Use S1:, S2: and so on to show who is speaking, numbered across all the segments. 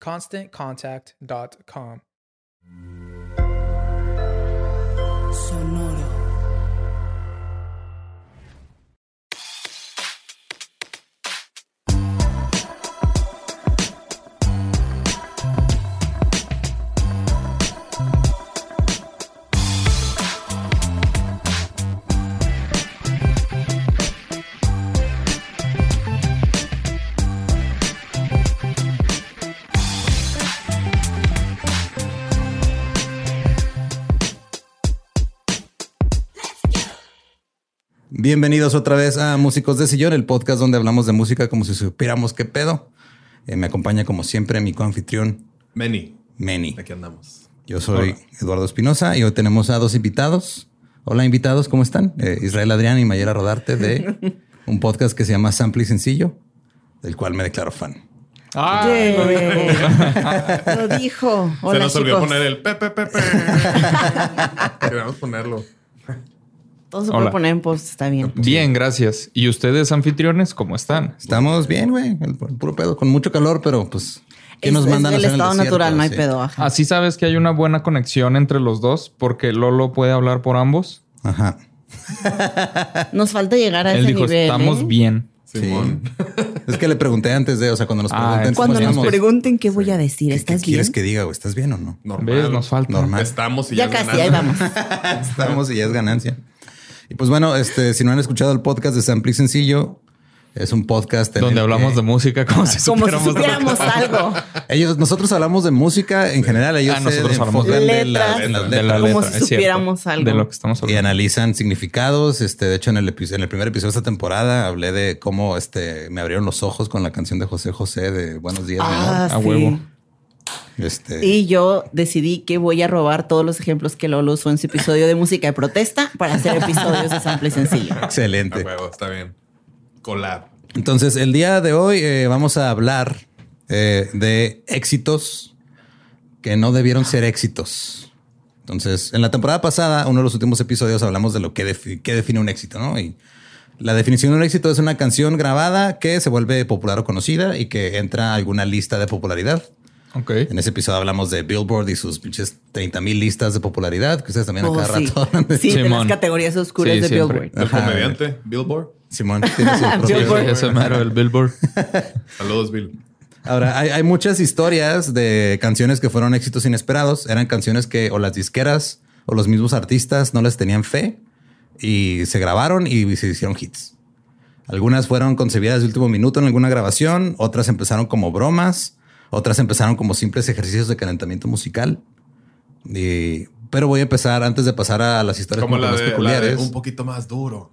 S1: ConstantContact.com.
S2: Sonoro.
S3: Bienvenidos otra vez a Músicos de Sillón, el podcast donde hablamos de música como si supiéramos qué pedo. Eh, me acompaña como siempre mi coanfitrión,
S4: Meni,
S3: Meni.
S4: aquí andamos.
S3: Yo soy
S4: Hola.
S3: Eduardo Espinosa y hoy tenemos a dos invitados. Hola invitados, ¿cómo están? Eh, Israel Adrián y Mayera Rodarte de un podcast que se llama Sample y Sencillo, del cual me declaro fan.
S5: Yeah. Lo dijo.
S4: Se
S5: Hola,
S4: nos olvidó
S5: chicos.
S4: poner el pepe pepe. Queríamos ponerlo.
S5: Todo se
S6: Hola.
S5: puede poner en post, está bien.
S6: Bien, gracias. ¿Y ustedes, anfitriones, cómo están?
S3: Estamos bien, güey, el, pu- puro pedo, con mucho calor, pero pues, ¿qué
S5: Es-
S3: nos
S5: es
S3: mandan a
S5: del
S3: hacer en
S5: estado
S3: desierto?
S5: natural, no hay
S3: Sí.
S5: pedo. ajá.
S6: Así sabes que hay una buena conexión entre los dos porque Lolo puede hablar por ambos.
S3: Ajá.
S5: Nos falta llegar a
S6: Ah. Él
S5: ese
S6: dijo,
S5: nivel.
S6: estamos
S5: ¿eh?
S6: bien.
S4: Simón.
S3: Es que le pregunté antes de, o sea, cuando nos
S6: Ah,
S3: preguntan
S6: entonces
S3: cómo
S5: Cuando nos
S3: estamos,
S5: pregunten qué voy a decir,
S3: ¿qué-
S5: ¿estás
S3: ¿qué quieres
S5: bien?
S3: que diga? güey? ¿Estás bien o no?
S4: Normal.
S6: ¿Ves? Nos falta.
S3: Normal.
S4: Estamos y ya,
S5: Ya
S4: es
S5: casi,
S4: ganancia.
S5: ahí vamos.
S3: Estamos y ya es ganancia. Y pues bueno, este, si no han escuchado el podcast de Sample y Sencillo, es un podcast en el
S6: Donde
S3: que
S6: hablamos de música como si
S5: Como si
S6: supiéramos de lo que-
S5: supiéramos algo.
S3: ellos, nosotros hablamos de música en general, ellos
S6: Ah,
S3: se
S6: nosotros hablamos de-
S3: enfocan de
S5: Letras.
S3: la- en las
S6: de la
S3: letras
S5: Como
S6: letra,
S5: si
S6: es cierto.
S5: supiéramos algo.
S6: De lo que estamos
S3: y
S6: hablando.
S3: analizan significados. Este, de hecho, en el, epi- en el primer episodio de esta temporada hablé de cómo este me abrieron los ojos con la canción de José José de Buenos Días, mi
S5: Ah,
S3: amor.
S6: A huevo.
S3: Este,
S5: Y yo decidí que voy a robar todos los ejemplos que Lolo usó en su episodio de música de protesta para hacer episodios de sample y sencillo.
S4: A
S3: excelente.
S4: huevo, está bien. Collab.
S3: Entonces, el día de hoy eh, vamos a hablar eh, de éxitos que no debieron ser éxitos. Entonces, en la temporada pasada, uno de los últimos episodios hablamos de lo que, defi- qué define un éxito, ¿no? Y la definición de un éxito es una canción grabada que se vuelve popular o conocida y que entra a alguna lista de popularidad.
S6: Ok.
S3: En ese episodio hablamos de Billboard y sus pinches 30 mil listas de popularidad que ustedes también a
S5: Oh,
S3: cada
S5: sí.
S3: rato hablan de-
S5: Sí, de las
S6: Simón.
S5: categorías oscuras
S6: Sí,
S5: de
S6: siempre.
S5: Billboard.
S4: El
S3: Ajá.
S4: comediante, Billboard.
S3: Simón, tiene sus propios-
S6: Sí, ese mero, el Billboard.
S4: Saludos, Bill.
S3: Ahora, hay, hay muchas historias de canciones que fueron éxitos inesperados. Eran canciones que o las disqueras o los mismos artistas no les tenían fe y se grabaron y se hicieron hits. Algunas fueron concebidas de último minuto en alguna grabación, otras empezaron como bromas, otras empezaron como simples ejercicios de calentamiento musical. Y- pero voy a empezar antes de pasar a las historias
S4: Como
S3: como que
S4: la
S3: más
S4: de, la de
S3: peculiares.
S4: un poquito más duro.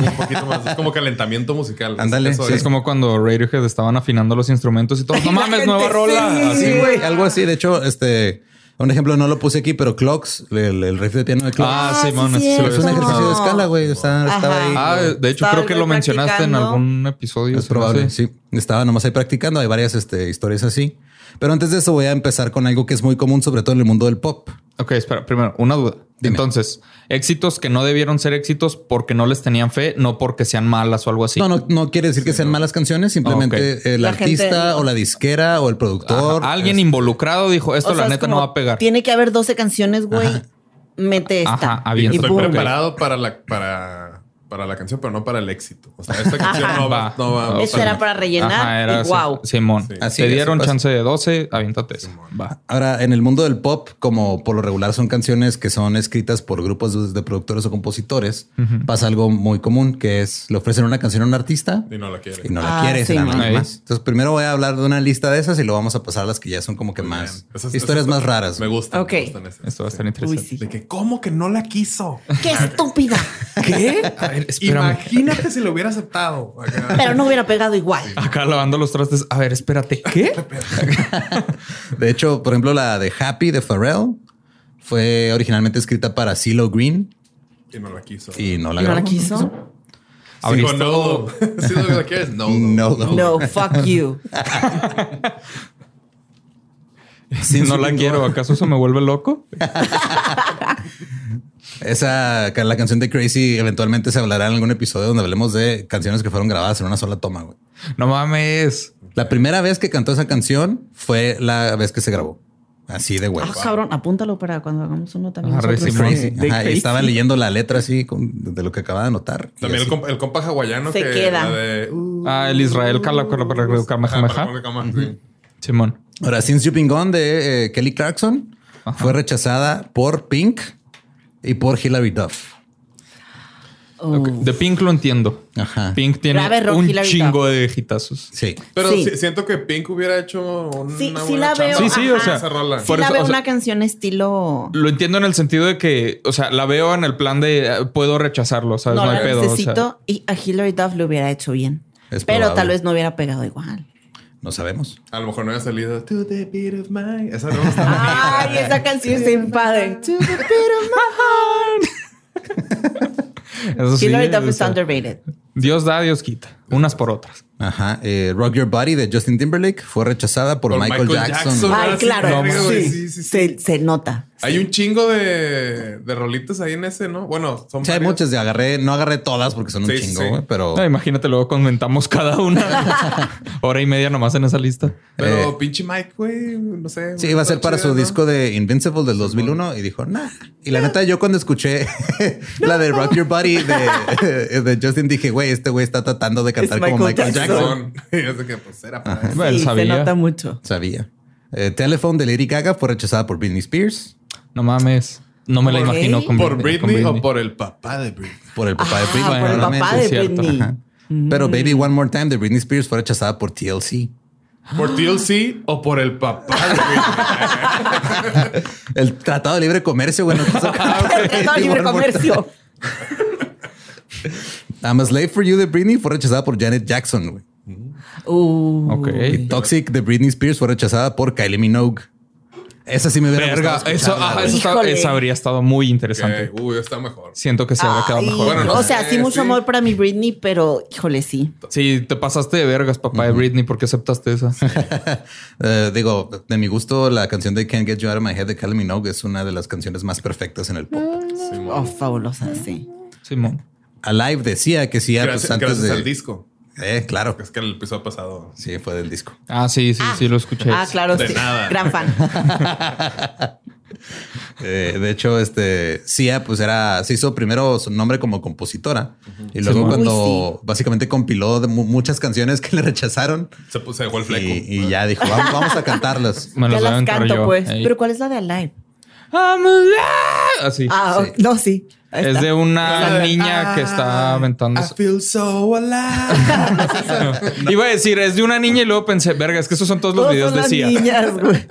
S4: Un poquito más Es como calentamiento musical.
S3: Ándale,
S4: Eso
S3: sí,
S4: es.
S6: Es como cuando Radiohead estaban afinando los instrumentos y todo. No
S5: la
S6: mames,
S5: gente,
S6: nueva rola.
S5: sí.
S6: Así.
S3: Ah, Sí, güey, algo así. De hecho, este, un ejemplo no lo puse aquí, pero Clocks, el, el riff de piano de Clocks.
S6: Ah,
S5: sí,
S6: Simón,
S5: sí,
S6: sí, lo
S3: es un
S5: cierto.
S3: ejercicio de escala, güey. O sea,
S5: Ajá.
S3: estaba ahí.
S6: Ah, de hecho,
S5: Estaba
S6: creo que
S5: el
S6: lo
S5: güey
S6: mencionaste en
S5: practicando.
S6: algún episodio.
S3: Es
S6: se me
S3: probable,
S6: hace.
S3: sí. Estaba nomás ahí practicando. Hay varias este, historias así. Pero antes de eso voy a empezar con algo que es muy común, sobre todo en el mundo del pop.
S6: Ok, espera, primero, una duda.
S3: Dime.
S6: Entonces, éxitos que no debieron ser éxitos porque no les tenían fe, no porque sean malas o algo así.
S3: No, no, no quiere decir que sean malas canciones, simplemente el
S5: La
S3: artista
S5: gente-
S3: o la disquera o el
S6: Ajá,
S3: productor.
S6: Alguien
S3: es-
S6: involucrado dijo, esto
S5: O sea,
S6: la
S5: es
S6: neta no
S5: como,
S6: va a pegar.
S5: Tiene que haber 12 canciones, güey. Mete esta.
S6: Ajá,
S3: Ah,
S4: Dije,
S6: avienta.
S4: Estoy
S5: boom.
S4: preparado para la, para, para la canción, pero no para el éxito. O sea, esta canción no
S3: Ah,
S4: va. No va
S5: Esa era para rellenar y
S6: sí,
S5: guau.
S6: Simón.
S4: Sí.
S3: Así
S6: Te
S3: es, pues.
S6: dieron
S3: así pasa.
S6: chance de 12, aviéntate esa. Va.
S3: Ahora, en el mundo del pop, como por lo regular son canciones que son escritas por grupos de- de productores o compositores, pasa algo muy común que es le ofrecen una canción a un artista
S4: Y no la quiere.
S3: y no la
S5: Ah,
S3: quieres.
S5: sí,
S3: nada
S5: man.
S3: más.
S6: Ahí.
S3: Entonces, primero voy a hablar de una lista de esas y luego vamos a pasar a las que ya son como que
S4: Bien.
S3: más
S4: Esas-
S3: historias
S4: esas-
S3: más raras.
S4: Me gustan.
S5: Ok.
S4: me gustan esas.
S6: Esto va a estar
S4: Sí.
S6: interesante.
S5: Uy, sí.
S4: De que, ¿cómo que no la quiso?
S5: ¡Qué estúpida! ¿Eh?
S4: ¿Qué?
S6: A ver, espérame.
S4: Imagínate si lo hubiera aceptado. Acá.
S5: Pero no hubiera pegado igual.
S6: Acá lavando los trastes. A ver, espérate. ¿Qué?
S3: De hecho, por ejemplo, la de Happy de Pharrell fue originalmente escrita para CeeLo Green
S4: Y no la quiso.
S3: y no la
S5: ¿Y no la
S3: grabó.
S5: quiso?
S4: Digo,
S6: Abriste-
S4: no. Si no la quieres, no.
S3: No, no.
S5: No, fuck you.
S6: Si no la quiero, ¿acaso eso me vuelve loco?
S3: Esa, ca- la canción de Crazy eventualmente se hablará en algún episodio donde hablemos de canciones que fueron grabadas en una sola toma. güey.
S6: No mames.
S3: La primera vez que cantó esa canción fue la vez que se grabó. Así de güey.
S5: Ah, cabrón, apúntalo para cuando hagamos uno también.
S6: Ah,
S5: nosotros.
S6: Simón.
S3: Crazy.
S5: De
S3: Ajá, y
S5: Crazy.
S3: estaba leyendo la letra así con- de lo que acaba de anotar. Y
S4: También el,
S3: así.
S4: compa, el compa hawaiano
S5: Se
S4: que
S5: queda.
S4: la de, uh,
S6: Ah, el Israel Cala- Cala- Cala- Cala- Cala-
S4: ajá,
S6: Cala-
S4: para Cala- sí.
S6: Simón.
S3: Ahora, Since You've Been Gone de eh, Kelly Clarkson fue rechazada por Pink y por Hilary Duff.
S5: Oh.
S6: Ok, De Pink lo entiendo.
S3: Ajá.
S6: Pink tiene
S5: Grave rock,
S6: un
S5: Hilary
S6: chingo de hitazos.
S3: Sí.
S4: Pero
S5: Sí.
S4: si- siento que Pink hubiera hecho una
S5: Sí, sí
S4: buena
S5: la veo.
S6: Sí, sí, o
S5: ajá.
S6: sea,
S4: Esa rola.
S5: Sí
S6: por
S5: la
S6: eso,
S5: veo
S6: o sea-
S5: una canción estilo...
S6: Lo entiendo en el sentido de que, o sea, la veo en el plan de eh, puedo rechazarlo, ¿sabes?
S5: No,
S6: No, hay
S5: la
S6: pedo. o sea.
S5: necesito y a Hillary Duff lo hubiera hecho bien.
S3: Es
S5: pero
S3: probable.
S5: tal vez no hubiera pegado igual.
S3: No sabemos.
S4: A lo mejor no hubiera salido. To the beat of my. Esa rola está
S5: Ay, esa canción es bien padre.
S6: Eso sí,
S5: Hillary
S6: o
S5: Duff está
S6: sea,
S5: underrated.
S6: Dios da, Dios quita. Unas por otras.
S3: Ajá. Eh, Rock Your Body de Justin Timberlake fue rechazada por,
S4: Por
S3: Michael,
S4: Michael
S3: Jackson.
S4: Jackson.
S3: güey.
S5: Ay,
S4: sí,
S5: claro.
S4: no,
S5: sí,
S4: sí, sí, sí.
S5: Se, se nota.
S4: Hay un chingo de, de rolitas ahí en ese, ¿no? Bueno, son
S3: Sí, hay
S4: varias.
S3: muchas de agarré, no agarré todas porque son un
S4: Sí, sí,
S3: chingo,
S4: sí.
S3: güey, pero
S6: No, imagínate, luego comentamos cada una. Hora y media nomás en esa lista.
S4: Pero
S3: Eh,
S4: pinche Mike, güey, no sé.
S3: sí, iba a ser para su disco de Invincible del 2001 y dijo, nah. Y
S4: Eh.
S3: la neta, yo cuando escuché la de Rock Your Body de, de Justin, dije, güey, este güey está tratando de cantar
S5: Es
S3: como
S5: Michael
S3: Michael Jackson.
S5: Jackson.
S4: Así que, pues, era para eso.
S6: Bueno, él
S5: Sí, se
S6: sabía.
S5: nota mucho.
S3: Sabía. Eh, Telephone de Lady Gaga fue rechazada por Britney Spears,
S6: No mames. No me la
S5: Ok.
S6: imagino con
S4: ¿Por
S6: con
S4: Britney o por el papá de Britney?
S3: por el papá de
S5: Ah,
S3: Britney.
S5: por el
S3: probablemente.
S5: papá Mm. de
S6: es cierto.
S5: Britney.
S3: Ajá. Pero Baby One More Time de Britney Spears fue rechazada por TLC.
S4: ¿Por TLC o por el papá de Britney?
S3: El Tratado de Libre Comercio, bueno, quiso cantar
S5: El Tratado de
S3: Baby
S5: Libre
S3: One More
S5: Comercio.
S3: Time. I'm a Slave for You de Britney fue rechazada por Janet Jackson, güey.
S5: Uh,
S6: Ok.
S3: Y Toxic de Britney Spears fue rechazada por Kylie Minogue. Esa sí me hubiera
S6: Verga,
S3: gustado
S6: eso,
S3: escucharla,
S6: ah,
S3: güey.
S6: eso está-
S5: Híjole.
S6: esa habría estado muy interesante.
S4: Ok, Uy, está mejor.
S6: Siento que se habría quedado
S5: ay,
S6: mejor.
S4: Bueno, no
S5: o
S4: sé,
S5: sea, sí, mucho
S4: sí.
S5: amor para mi Britney, pero híjole, sí.
S6: Sí, te pasaste de vergas, papá de Britney, porque aceptaste esa.
S3: Eh, digo, de mi gusto, la canción de Can't Get You Out of My Head de Kylie Minogue es una de las canciones más perfectas en el pop.
S4: Sí, mo-
S5: Oh, fabulosa, sí.
S6: Simón.
S3: Alive decía que sí, ah, pues
S4: gracias
S3: antes
S4: gracias
S3: de.
S4: al disco.
S3: Eh, claro.
S4: Es que el episodio pasado.
S3: Sí, fue del disco.
S6: Ah, sí, sí, sí, lo escuché.
S5: Ah, claro,
S4: De
S5: sí.
S4: nada.
S5: Gran fan.
S3: Eh, de hecho, este Sia, pues era, se hizo primero su nombre como compositora y luego
S6: Simón.
S3: cuando básicamente compiló de mu- muchas canciones que le rechazaron
S4: Se puso dejó el
S3: y,
S4: fleco.
S3: y ya dijo, vamos, vamos a cantarlas.
S6: Me
S5: ya
S6: las voy a
S5: las
S6: aventar
S5: canto,
S6: yo.
S5: pues.
S6: Ey.
S5: Pero ¿cuál es la de Alive?
S6: I'm alive. Así.
S5: Ah,
S3: Sí.
S5: ok. no, sí. Ahí
S6: Es
S5: está. Ah.
S6: de una Ah, niña que está aventando.
S4: Ah, I feel so alive.
S6: Iba a decir, es de una niña y luego pensé, verga, es que esos son todos los
S5: Todos
S6: videos
S5: son
S6: de
S5: las
S6: CIA.
S5: niñas, güey.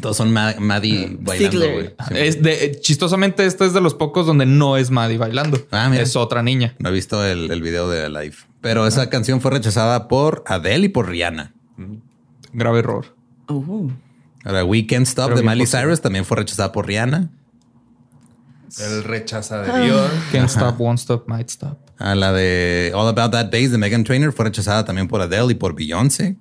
S3: Todos son Ma- Maddie bailando,
S5: Ziegler.
S3: güey. Sí.
S6: Es de, chistosamente, este es de los pocos donde no es Maddie bailando.
S3: Ah, mira.
S6: Es otra niña.
S3: No he visto el, el video de Live. Pero esa
S6: Ah.
S3: canción fue rechazada por Adele y por Rihanna.
S6: Grave error.
S5: Uh,
S3: Ahora, We Can't Stop
S6: Pero
S3: de
S6: bien
S3: Miley
S6: posible.
S3: Cyrus también fue rechazada por Rihanna.
S4: El rechaza de Dios.
S6: Can't stop, won't stop, might stop.
S3: A Ah, la de All About That Bass de Megan Trainor fue rechazada también por Adele y por Beyoncé.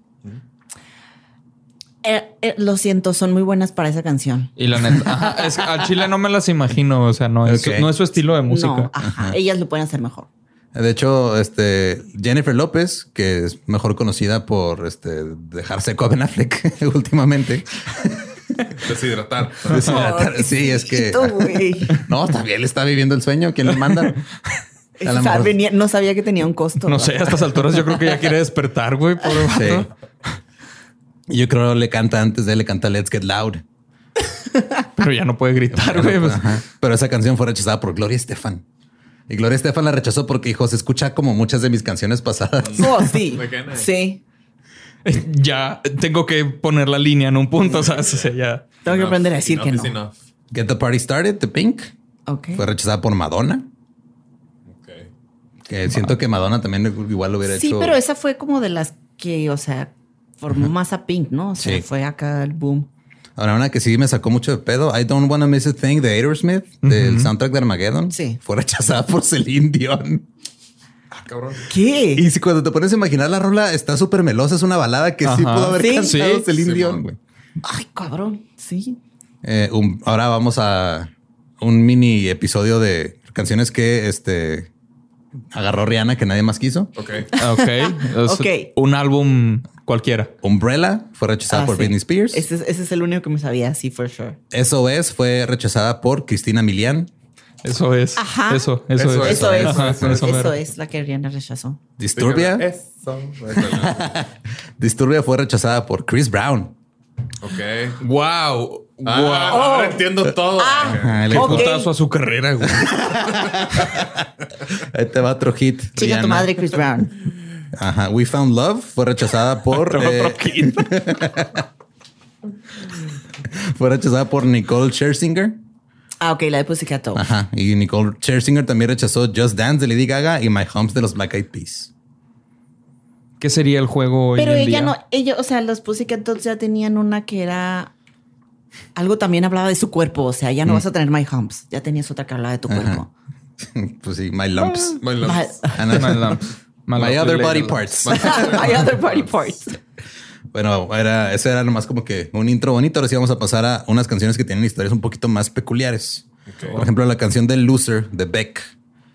S5: eh, eh, lo siento, son muy buenas para esa canción.
S6: Y la neta, ajá, es que al chile no me las imagino. O sea, no es,
S3: Ok.
S6: no es su estilo de música.
S5: No, Ah, ajá, ellas lo pueden hacer mejor.
S3: De hecho, este Jennifer López, que es mejor conocida por este dejar seco a Ben Affleck últimamente.
S4: Deshidratar.
S3: Deshidratar. sí, es que
S5: Tú, güey.
S3: no, está bien, está viviendo el sueño. ¿Quién le manda? A lo
S5: O sea,
S3: mejor-
S5: venía- no sabía que tenía un costo.
S6: No
S5: ¿verdad?
S6: sé, a estas alturas yo creo que ya quiere despertar, güey. pobre vato.
S3: Sí. Yo creo le canta antes de él, le canta Let's Get Loud.
S6: Pero ya no puede gritar, güey. pues.
S3: Ajá. Pero esa canción fue rechazada por Gloria Estefan. Y Gloria Estefan la rechazó porque dijo, se escucha como muchas de mis canciones pasadas.
S5: Oh, sí.
S4: Me cae nada.
S5: Sí.
S6: Ya tengo que poner la línea en un punto. O sea, o sea, ya.
S5: Tengo que
S4: Enough,
S5: aprender a decir que
S4: enough
S5: no.
S4: is enough.
S3: Get the Party Started de Pink
S5: Ok.
S3: fue rechazada por Madonna.
S4: Ok.
S3: Que siento que Madonna también igual lo hubiera
S5: Sí,
S3: hecho.
S5: pero esa fue como de las que, o sea, formó más a Pink, ¿no? O sea,
S3: Sí.
S5: fue acá el boom.
S3: Ahora, una que sí me sacó mucho de pedo. I Don't Wanna Miss a Thing de Aerosmith, del soundtrack de Armageddon.
S5: Sí.
S3: Fue rechazada por Celine Dion.
S4: Ah, cabrón.
S5: ¿Qué?
S3: Y si cuando te pones a imaginar la rola, está súper melosa. Es una balada que sí
S6: Ajá.
S3: pudo haber
S5: Sí.
S3: cantado
S6: Sí.
S3: Celine
S4: Simón.
S3: Dion, güey.
S5: Ay, cabrón. Sí.
S3: Eh, un- ahora vamos a un mini episodio de canciones que este agarró Rihanna que nadie más quiso.
S4: Ok.
S6: Ah, Ok. Es
S5: Ok.
S6: Un álbum cualquiera.
S3: Umbrella fue rechazada
S5: Ah,
S3: por
S5: sí.
S3: Britney Spears.
S5: Ese es, ese es el único que me sabía, sí, for sure.
S3: SOS fue rechazada por Cristina Milian.
S6: Eso es.
S5: Ajá.
S6: Eso, eso,
S4: Eso
S6: es.
S5: Eso, es.
S6: Ajá,
S5: Eso,
S6: eso mero.
S5: es la que Rihanna rechazó.
S4: eh.
S3: Disturbia.
S4: Eso. Eso.
S3: Disturbia fue rechazada por Chris Brown.
S4: Ok.
S6: Wow.
S4: Ah,
S6: wow.
S4: Ahora entiendo todo.
S3: Ah,
S6: Qué
S3: le-
S5: Ok.
S6: putazo a su carrera, güey.
S3: Ahí te va otro hit.
S5: Chica
S3: Rihanna.
S5: tu madre, Chris Brown.
S3: Ajá. We Found Love fue rechazada por eh,
S6: Otro kid.
S3: fue rechazada por Nicole Scherzinger.
S5: Ah, ok, la de Pussycat Dolls.
S3: Ajá. Y Nicole Scherzinger también rechazó Just Dance de Lady Gaga y My Humps de los Black Eyed Peas.
S6: ¿Qué sería el juego hoy
S5: Pero
S6: en
S5: ella
S6: día?
S5: no, ella, o sea, los Pussycat Dolls ya tenían una que era. Algo también hablaba de su cuerpo, o sea, ya no vas a tener My Humps, ya tenías otra que hablaba de tu cuerpo.
S3: pues sí, My Lumps.
S4: My love.
S5: My-
S3: Ah, no.
S6: My lumps. My
S3: My
S6: lumps
S3: other
S6: related
S3: body
S6: lumps.
S3: parts.
S5: My other body parts.
S3: Bueno, era, eso era nomás como que un intro bonito. Ahora sí vamos a pasar a unas canciones que tienen historias un poquito más peculiares.
S4: Ok.
S3: Por ejemplo, la canción de Loser de Beck.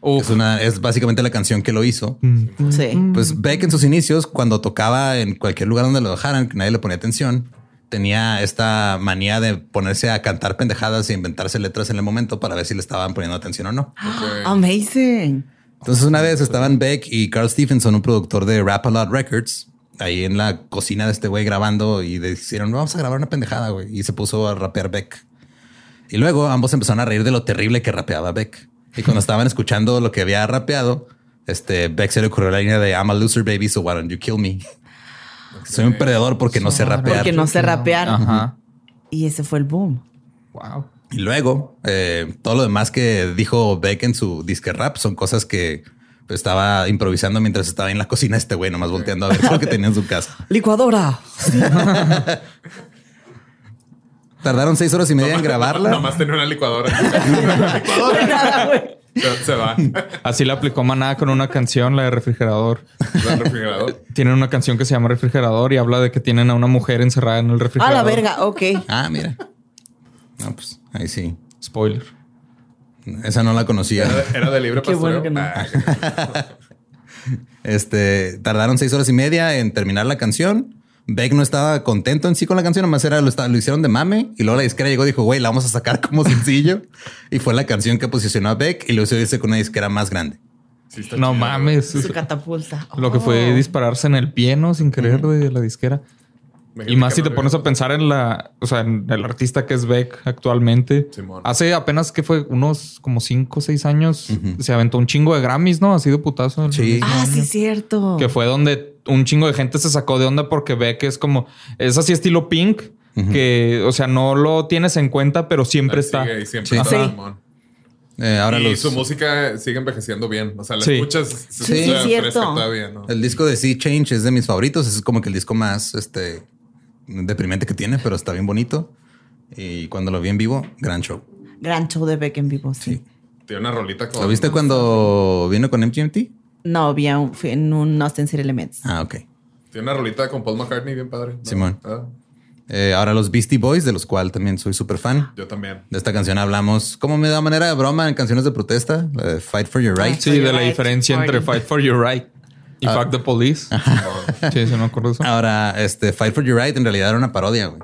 S3: que Es, una, es básicamente la canción que lo hizo.
S5: Sí.
S3: Pues Beck en sus inicios, cuando tocaba en cualquier lugar donde lo dejaran, que nadie le ponía atención, tenía esta manía de ponerse a cantar pendejadas e inventarse letras en el momento para ver si le estaban poniendo atención o no.
S5: Ah.
S4: Ok.
S5: Amazing.
S3: Entonces una vez estaban Beck y Carl Stephenson, un productor de Rap A Lot Records, ahí en la cocina de este güey grabando y decidieron, vamos a grabar una pendejada, güey. Y se puso a rapear Beck. Y luego ambos empezaron a reír de lo terrible que rapeaba Beck. Y cuando estaban escuchando lo que había rapeado, este Beck se le ocurrió la línea de I'm a loser baby, so why don't you kill me? Soy un perdedor porque no sé rapear.
S5: Porque no sé rapear.
S6: Ajá.
S5: Y ese fue el boom.
S6: Wow.
S3: Y luego, eh, todo lo demás que dijo Beck en su disque rap son cosas que pues, estaba improvisando mientras estaba en la cocina este güey, nomás volteando a ver lo que tenía en su casa.
S5: Licuadora.
S3: Tardaron seis horas y media en grabarla.
S4: Nomás tenía una licuadora. Una licuadora. Se, se va. El
S6: Así la aplicó Maná con una canción, la de refrigerador.
S4: refrigerador.
S6: Tienen una canción que se llama Refrigerador y habla de que tienen a una mujer encerrada en el
S5: A
S6: refrigerador.
S5: la verga, ok.
S3: Ah, mira. No, pues ahí sí.
S6: Spoiler.
S3: Esa no la conocía.
S4: Era de, era de libre
S5: Qué
S4: pastoreo.
S5: bueno que no.
S4: Ah, qué-
S3: Este, tardaron seis horas y media en terminar la canción. Beck no estaba contento en sí con la canción, nomás era, lo, esta- lo hicieron de mame. Y luego la disquera llegó y dijo, güey, la vamos a sacar como sencillo. y fue la canción que posicionó a Beck y lo hizo irse con una disquera más grande.
S4: sí está
S6: No
S4: chido.
S6: mames.
S5: Su catapulta. Oh.
S6: Lo que fue dispararse en el pie, ¿no? Sin querer de la disquera. Y más si te pones a pensar en la, o sea, en el artista que es Beck actualmente.
S4: Simón.
S6: Hace apenas que fue unos como cinco o seis años, se aventó un chingo de Grammys, ¿no? Ha sido putazo. el
S3: Sí.
S6: mismo
S5: Ah, sí,
S6: año.
S5: cierto.
S6: Que fue donde un chingo de gente se sacó de onda porque Beck es como, es así estilo pink, que, o sea, no lo tienes en cuenta, pero siempre está.
S4: Sigue y
S3: Sí.
S4: siempre está
S5: Sí.
S4: Simón.
S3: Eh, ahora
S4: y
S3: los,
S4: su música sigue envejeciendo bien. O sea, la
S6: Sí.
S4: escuchas. se
S5: Sí,
S4: escucha
S5: cierto.
S4: fresca Todavía, ¿no?
S3: el disco de Sea Change es de mis favoritos. Es como que el disco más este deprimente que tiene, pero está bien bonito. Y cuando lo vi en vivo, gran show.
S5: Gran show de Beck en vivo, sí.
S4: Tiene una rolita con.
S3: ¿Lo viste cuando vino con MGMT?
S5: No, había un, fui en un Austin City Limits.
S3: Ah, ok.
S4: Tiene una rolita con Paul McCartney, bien padre. ¿no?
S3: Simón.
S4: Ah,
S3: Eh, ahora los Beastie Boys, de los cuales también soy súper fan.
S4: yo también.
S3: De esta canción hablamos como me da manera de broma en canciones de protesta, la de Fight for Your Right.
S6: Sí,
S5: for
S6: de
S5: your
S6: la
S5: right,
S6: diferencia entre
S5: Martin.
S6: Fight for Your Right y Fuck the Police. Sí, se me acuerdo eso.
S3: Ahora, este Fight for Your Right en realidad era una parodia, güey.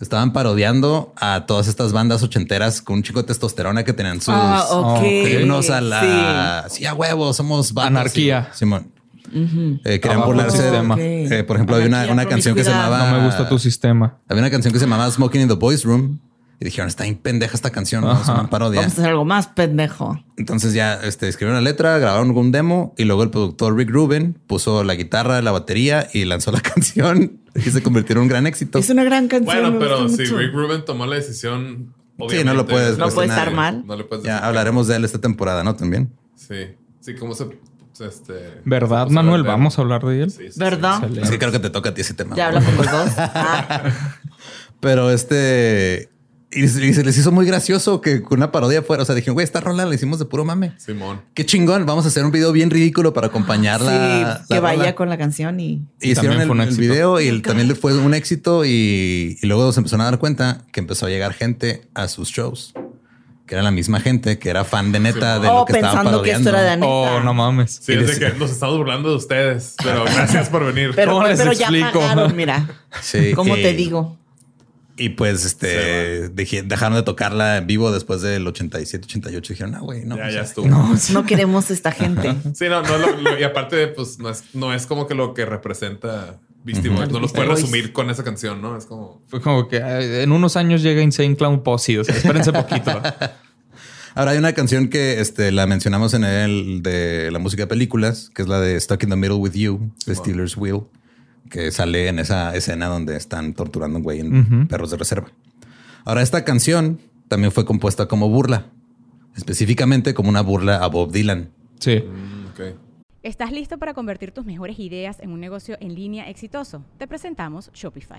S3: Estaban parodiando a todas estas bandas ochenteras con un chico de testosterona que tenían sus
S5: Ah, ok.
S3: himnos a
S5: Sí.
S3: la sí. a huevo, somos vatos,
S6: Anarquía.
S3: sí, Simón. Eh, querían
S6: Abajo el
S3: burlarse. de-
S6: sistema.
S3: eh, por ejemplo, había una,
S5: Anarquía,
S3: una canción que se
S5: promiscuidad.
S3: llamaba
S6: No me gusta tu sistema.
S3: Había una canción que se llamaba Smoking in the Boys Room y dijeron, está bien pendeja esta canción, vamos a hacer una parodia.
S5: Vamos a hacer algo más pendejo.
S3: Entonces ya este, escribieron la letra, grabaron un demo y luego el productor Rick Rubin puso la guitarra, la batería y lanzó la canción y se convirtió en un gran éxito.
S5: Es una gran canción.
S4: Bueno,
S5: me
S4: pero
S5: gusta
S4: si
S5: mucho.
S4: Rick Rubin tomó la decisión.
S3: Sí, no lo
S4: obviamente,
S3: puedes
S5: No puede
S3: cuestionar,
S5: estar
S3: güey.
S5: mal.
S4: No le puedes
S3: Ya
S4: decir.
S3: hablaremos de él esta temporada, ¿no? También.
S4: Sí. Sí, cómo se. se, Este,
S6: ¿Verdad,
S4: se puso
S6: Manuel?
S4: verde.
S6: Vamos a hablar de él.
S4: Sí, sí,
S5: ¿Verdad?
S6: Excelente.
S3: Es que creo que te toca a ti ese tema.
S5: Ya habla por los dos. Ah,
S3: Pero este... Y, se- y se les hizo muy gracioso que con una parodia fuera. O sea, dijeron, güey, esta rola la hicimos de puro mame.
S4: sí. Simón.
S3: Qué chingón. Vamos a hacer un video bien ridículo para acompañar la...
S5: sí, que
S3: la
S5: vaya
S3: rola".
S5: con la canción y.
S3: Y Hicieron
S6: También
S3: el,
S6: fue un
S3: el
S6: éxito.
S3: video y el- también le fue un éxito y, y luego se empezaron a dar cuenta que empezó a llegar gente a sus shows, que era la misma gente que era fan de neta de lo
S5: Oh,
S3: que estaba
S5: pensando que
S3: parodiando.
S5: esto era de Anita.
S6: Oh, no mames.
S4: Sí, es de que nos estamos burlando de ustedes, pero gracias por venir.
S5: Pero,
S6: ¿Cómo les
S5: pero ya
S6: explico?
S5: pagaron, mira.
S3: Sí,
S5: ¿Cómo
S3: y-
S6: Eh,
S5: te digo?
S3: Y pues este dije- dejaron de tocarla en vivo después del 87, 88 dijeron, "Ah, güey, no."
S4: ya,
S3: o
S4: ya
S3: sea,
S4: estuvo.
S5: No queremos esta gente.
S4: Sí, no, no es lo- lo- y aparte, pues no es, no es como que lo que representa Beastie Boys. No los puedes
S5: Boys.
S4: resumir con esa canción, ¿no? Es como.
S6: Fue como que eh, en unos años llega Insane Clown Posse. O sea, espérense poquito.
S3: Ahora hay una canción que este, la mencionamos en el de la música de películas, que es la de Stuck in the Middle with You, de Steelers Wheel, que sale en esa escena donde están torturando a un güey en perros de reserva. Ahora, esta canción también fue compuesta como burla, específicamente como una burla a Bob Dylan.
S6: Sí.
S4: mm, ok.
S7: ¿Estás listo para convertir tus mejores ideas en un negocio en línea exitoso? Te presentamos Shopify.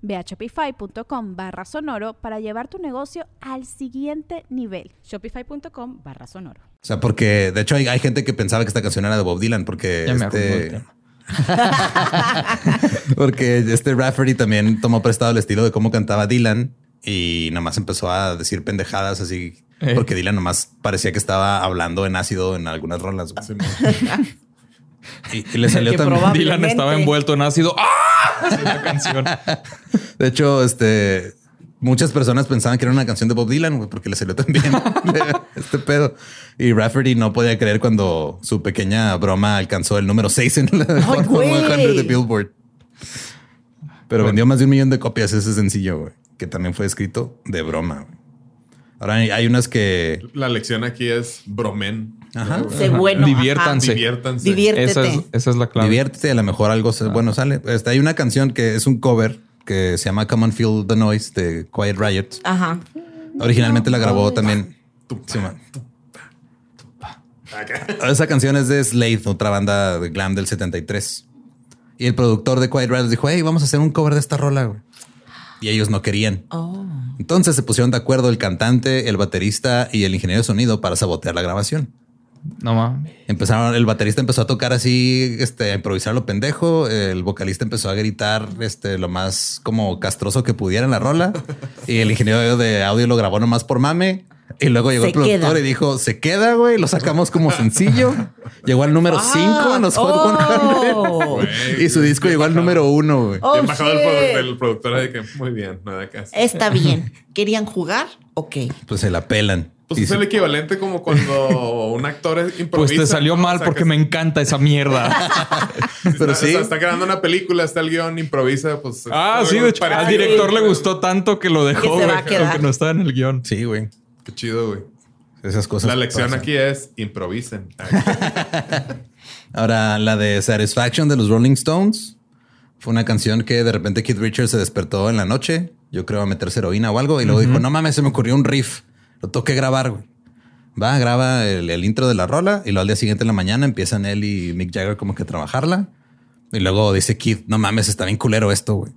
S8: Ve a shopify.com barra sonoro para llevar tu negocio al siguiente nivel.
S7: Shopify.com barra sonoro.
S3: O sea, porque de hecho hay, hay gente que pensaba que esta canción era de Bob Dylan, porque
S6: Ya me acordé del
S3: este,
S6: tema.
S3: porque este Rafferty también tomó prestado el estilo de cómo cantaba Dylan y nomás empezó a decir pendejadas así.
S6: Eh.
S3: Porque Dylan nomás parecía que estaba hablando en ácido en algunas rolas. güey.
S4: Simón.
S3: Y, y le salió
S5: Que
S3: también.
S5: probable.
S6: Dylan estaba
S5: Obviamente.
S6: envuelto en ácido. ¡Ah! Sí, la canción.
S3: De hecho, este muchas personas pensaban que era una canción de Bob Dylan, güey, porque le salió también este pedo. Y Rafferty no podía creer cuando su pequeña broma alcanzó el número 6 en la Hot
S5: güey!
S3: 100 de Billboard. Pero vendió más de un millón de copias ese sencillo, güey, que también fue escrito de broma. güey. Ahora hay, hay unas que
S4: La lección aquí es bromen.
S3: Ajá.
S5: Sé bueno. ajá.
S6: Diviértanse.
S4: Diviértanse.
S5: Diviértete.
S6: Esa es, esa es la clave.
S3: diviértete, a lo mejor algo se- bueno sale. Este, hay una canción que es un cover que se llama Come and Feel the Noise de Quiet Riot.
S5: Ajá.
S3: Originalmente la grabó también. Sí, man. Esa canción es de Slade, otra banda de glam del 73. Y el productor de Quiet Riot dijo, hey, vamos a hacer un cover de esta rola, güey. Y ellos no querían.
S5: Oh.
S3: Entonces se pusieron de acuerdo el cantante, el baterista y el ingeniero de sonido para sabotear la grabación.
S6: No pues mames.
S3: Empezaron, el baterista empezó a tocar así, este, a improvisar lo pendejo. El vocalista empezó a gritar, este, lo más como castroso que pudiera en la rola. Y el ingeniero de audio lo grabó nomás por mame. Y luego llegó
S5: Se
S3: el productor
S5: queda.
S3: y dijo, se queda, güey. Lo sacamos como sencillo. Llegó al número
S5: Ah.
S3: 5 en los Hot 100.
S5: oh.
S3: Y su disco llegó al número uno, güey.
S5: Oh,
S4: el embajador del,
S5: shit.
S4: produ- del productor de que muy bien, nada que hacer.
S5: Está bien. ¿Querían jugar? Ok.
S3: Pues se la pelan.
S4: Pues
S3: Y
S4: es
S3: se-
S4: el equivalente como cuando un actor es-
S6: Pues
S4: improvisa.
S6: te salió
S4: ¿no?
S6: mal
S4: O sea,
S6: porque
S4: que
S6: me encanta esa mierda.
S4: si
S3: pero
S4: está,
S3: sí.
S4: Está, está creando una película, está el guión, improvisa, pues.
S6: ah, sí,
S4: algo
S6: de hecho, al
S4: parecido,
S6: director le
S4: güey.
S6: gustó tanto que lo dejó,
S5: Que se va a
S6: güey,
S5: quedar.
S6: aunque no estaba en el guión.
S3: Sí, güey.
S4: Qué chido, güey.
S3: Esas cosas.
S4: La lección
S3: pasan.
S4: aquí es improvisen. Ah,
S3: Ahora, la de Satisfaction de los Rolling Stones fue una canción que de repente Keith Richards se despertó en la noche. Yo creo a meterse heroína o algo. Y luego dijo: No mames, se me ocurrió un riff. Lo toqué grabar, güey. Va, graba el, el intro de la rola y luego al día siguiente en la mañana empiezan él y Mick Jagger como que a trabajarla. Y luego dice Keith: No mames, está bien culero esto, güey.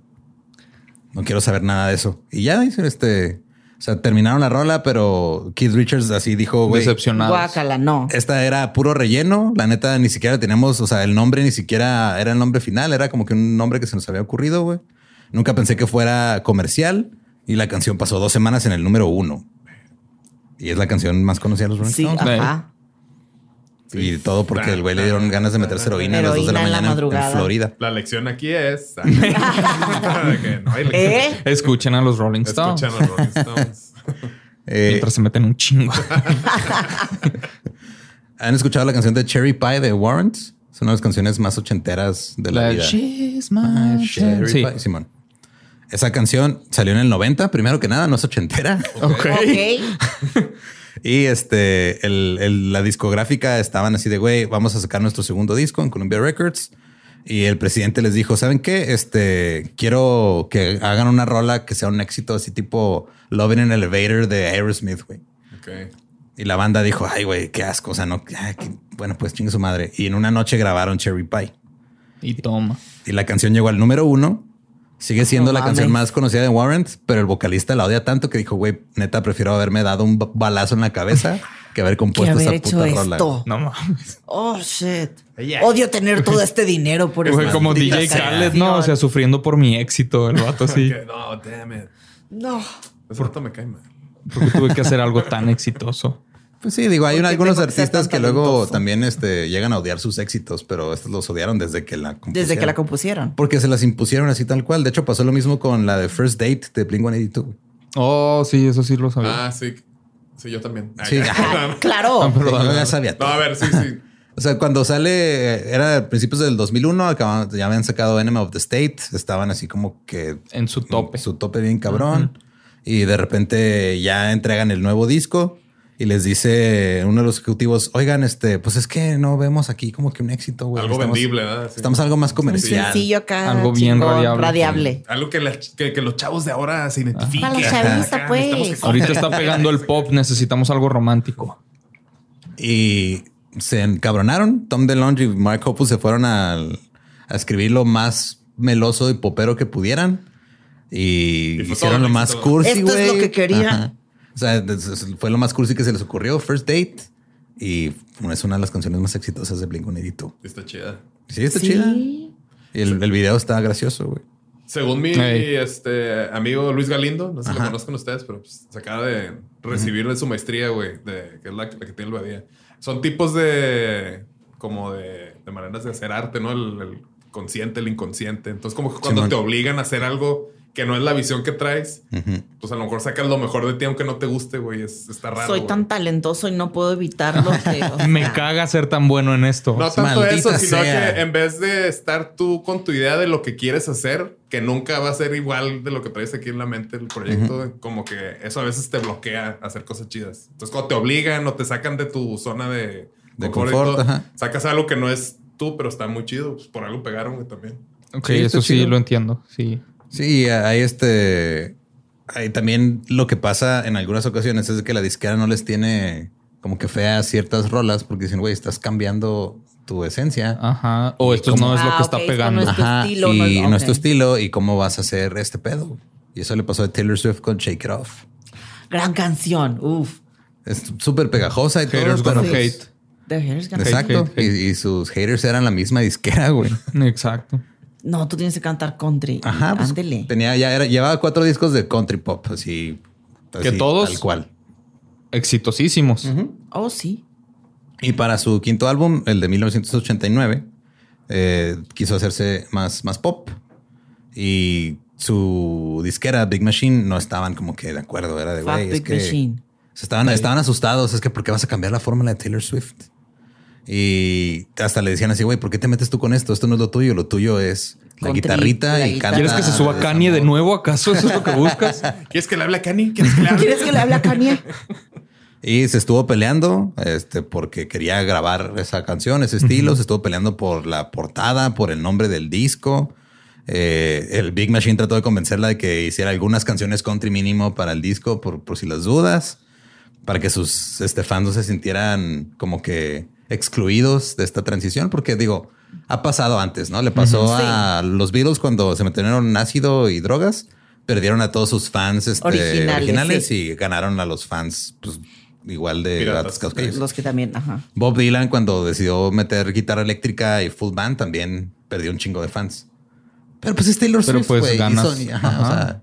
S3: No quiero saber nada de eso. Y ya dice este. O sea, terminaron la rola, pero Keith Richards así dijo, güey.
S6: Decepcionado.
S5: Guácala, no.
S3: Esta era puro relleno. La neta, ni siquiera tenemos, o sea, el nombre ni siquiera era el nombre final. Era como que un nombre que se nos había ocurrido, güey. Nunca pensé que fuera comercial y la canción pasó dos semanas en el número uno. Y es la canción más conocida de los Rolling
S5: Sí, ah.
S3: Stones.
S5: ajá.
S3: Y todo porque el güey le dieron ganas de meterse heroína a las dos de la
S5: Heroína en
S3: mañana
S5: la
S3: en- en
S5: madrugada.
S3: Florida.
S4: La lección aquí es. de que no hay lección.
S5: ¿Eh?
S6: Escuchen a los Rolling Stones.
S4: Escuchan los Rolling Stones.
S3: Eh,
S6: Mientras se meten un chingo.
S3: ¿Han escuchado la canción de Cherry Pie de Warrant? Es una de las canciones más ochenteras de la,
S6: La
S3: vida. Ah,
S6: She's my
S3: Cherry
S6: Sí.
S3: Pie, Simón. Esa canción salió en el 90, primero que nada, no es ochentera.
S6: Ok.
S5: Ok.
S3: Y este, el, el- la discográfica estaban así de güey, vamos a sacar nuestro segundo disco en Columbia Records. Y el presidente les dijo: ¿Saben qué? Este quiero que hagan una rola que sea un éxito, así tipo Love in an Elevator de Aerosmith, güey.
S4: Ok.
S3: Y la banda dijo: Ay, güey, qué asco. O sea, no, ah, qué- bueno, pues chingue su madre. Y en una noche grabaron Cherry Pie
S6: Y toma.
S3: y la canción llegó al número uno. Sigue siendo
S5: No
S3: la
S5: mames.
S3: canción más conocida de Warrant, pero el vocalista la odia tanto que dijo, güey, neta, prefiero haberme dado un ba- balazo en la cabeza que haber
S5: Que
S3: compuesto
S5: haber
S3: esa
S5: hecho
S3: puta rola.
S5: esto.
S6: No mames.
S5: Oh, shit.
S4: Yeah.
S5: Odio tener todo este dinero por
S6: Güey,
S5: esta
S6: como
S5: maldita
S6: DJ Khaled,
S5: canción.
S6: ¿no? O sea, sufriendo por mi éxito, el vato así.
S4: Que No, damn it.
S5: No.
S4: Ese rato me cae mal.
S6: Porque tuve que hacer algo tan exitoso.
S3: Pues sí, digo, hay
S5: Porque
S3: algunos
S5: tengo que ser
S3: artistas
S5: tan
S3: que luego
S5: talentoso.
S3: también este, llegan a odiar sus éxitos, pero estos los odiaron desde que la compusieron.
S5: Desde que la compusieron.
S3: Porque se las impusieron así tal cual. De hecho, pasó lo mismo con la de First Date de Blink-182.
S6: Oh, sí, eso sí lo sabía.
S4: Ah, sí. Sí, yo también. Ah,
S3: Sí.
S4: ya.
S6: Ah,
S5: Claro.
S6: pues,
S3: Yo ya sabía
S4: No,
S3: todo.
S4: a ver, sí, sí.
S3: O sea, cuando sale, eh, era a principios del 2001, acababan- ya habían sacado Enemy of the State, estaban así como que
S6: en su tope.
S3: Su tope bien cabrón. Y de repente ya entregan el nuevo disco y les dice uno de los ejecutivos, oigan, este, pues es que no vemos aquí como que un éxito, güey.
S4: Algo
S3: Estamos-
S4: vendible, ¿verdad? Sí.
S3: Estamos algo más
S5: Un
S3: comercial.
S5: sencillo acá.
S6: Algo bien
S5: chingón,
S6: radiable.
S4: Algo que, la- que- que los chavos de ahora se identifiquen.
S5: Para la chaviza,
S4: Acá,
S5: pues.
S4: necesitamos que-
S6: Ahorita está pegando el pop, necesitamos algo romántico.
S3: Y se encabronaron. Tom DeLonge y Mark Hoppus se fueron al- a escribir lo más meloso y popero que pudieran. Y,
S4: Y fue todo
S3: hicieron lo
S4: un
S3: más
S4: éxito.
S3: cursi,
S5: Esto es lo
S3: güey.
S5: que quería.
S3: Ajá. O sea, es- es- fue lo más cursi que se les ocurrió. First Date. Y es una de las canciones más exitosas de Blink-182.
S4: Está chida.
S3: Sí, está
S5: Sí.
S3: chida. Y el, el video está gracioso, güey.
S4: Según mi
S6: Ey.
S4: este, amigo Luis Galindo, no sé si lo
S3: Ajá.
S4: conozcan ustedes, pero pues, se acaba de recibir de su maestría, güey, de- que es la, la que tiene el Badía. Son tipos de, como de, de maneras de hacer arte, ¿no? El, el consciente, el inconsciente. Entonces, como que cuando
S3: Simón.
S4: te obligan a hacer algo que no es la visión que traes,
S3: Ujú.
S4: pues a lo mejor sacas lo mejor de ti, aunque no te guste, güey. Es, está raro.
S5: Soy
S4: güey.
S5: tan talentoso y no puedo evitarlo. que, o sea,
S6: Me caga ser tan bueno en esto.
S4: No tanto
S3: Maldita
S4: eso, sino
S3: sea.
S4: que en vez de estar tú con tu idea de lo que quieres hacer, que nunca va a ser igual de lo que traes aquí en la mente el proyecto, como que eso a veces te bloquea a hacer cosas chidas. Entonces, cuando te obligan o te sacan de tu zona de,
S3: De
S4: y
S3: confort,
S4: todo,
S3: ajá.
S4: sacas algo que no es tú, pero está muy chido. Pues por algo pegaron güey, también.
S6: Ok,
S3: Sí, está
S6: eso sí
S3: chido.
S6: lo entiendo. Sí.
S3: Sí, hay este. Hay también lo que pasa en algunas ocasiones es que la disquera no les tiene como que fea ciertas rolas porque dicen, güey, estás cambiando tu esencia.
S6: Ajá. O esto
S3: ¿Cómo?
S6: no es lo
S5: Ah,
S6: que está
S5: ok, esto
S6: pegando.
S5: Ah, no es tu estilo,
S3: y
S5: no es-
S3: no es tu
S5: ok.
S3: estilo y cómo vas a hacer este pedo. Y eso le pasó a Taylor Swift con Shake It Off.
S5: Gran canción. Uf.
S3: Es súper pegajosa y
S6: Haters
S3: todo, pero
S6: gonna
S3: pues-
S6: hate.
S5: The Hair's Gonna-
S3: Exacto.
S6: hate, hate.
S3: Y, y sus haters eran la misma disquera, güey.
S6: Exacto.
S5: No, tú tienes que cantar country.
S3: Ajá. pues,
S5: Ándele.
S3: tenía, ya era, llevaba cuatro discos de country pop, así.
S6: Que
S3: así,
S6: todos-
S3: Tal cual.
S6: Exitosísimos.
S5: Oh, sí.
S3: Y para su quinto álbum, el de 1989, eh, quiso hacerse más, más pop. Y su disquera, Big Machine, no estaban como que de acuerdo. Era de
S5: Fuck
S3: güey. es
S5: Big
S3: que-
S5: Machine.
S3: Se estaban, estaban asustados. Es que, ¿por qué vas a cambiar la fórmula de Taylor Swift? Y hasta le decían así, güey, ¿por qué te metes tú con esto? Esto no es lo tuyo. Lo tuyo es la
S5: Country,
S3: guitarrita
S5: la
S3: y
S5: guitarra.
S3: canta.
S6: ¿Quieres que se suba Kanye de nuevo? ¿Acaso eso es lo que buscas?
S4: ¿Quieres que le hable a Cani? ¿Quieres que le hable?
S5: ¿Quieres que le hable a Kanye?
S3: Y se estuvo peleando este, porque quería grabar esa canción, ese estilo. Se estuvo peleando por la portada, por el nombre del disco. Eh, el Big Machine trató de convencerla de que hiciera algunas canciones country mínimo para el disco, por, por si las dudas, para que sus este, fans no se sintieran como que excluidos de esta transición. Porque digo, ha pasado antes, ¿no? Le pasó a los Beatles cuando se metieron ácido y drogas. Perdieron a todos sus fans este,
S5: Originales,
S3: originales,
S5: sí.
S3: y ganaron a los fans pues, igual de
S4: Piratas.
S3: ratas caucayos.
S5: Pues, Los que también, ajá.
S3: Bob Dylan cuando decidió meter guitarra eléctrica y full band también perdió un chingo de fans. Pero pues es Taylor
S6: Pero
S3: Swift,
S6: pues
S3: güey, y
S6: ganas.
S3: Sony, ajá, o
S6: Ajá.
S3: sea,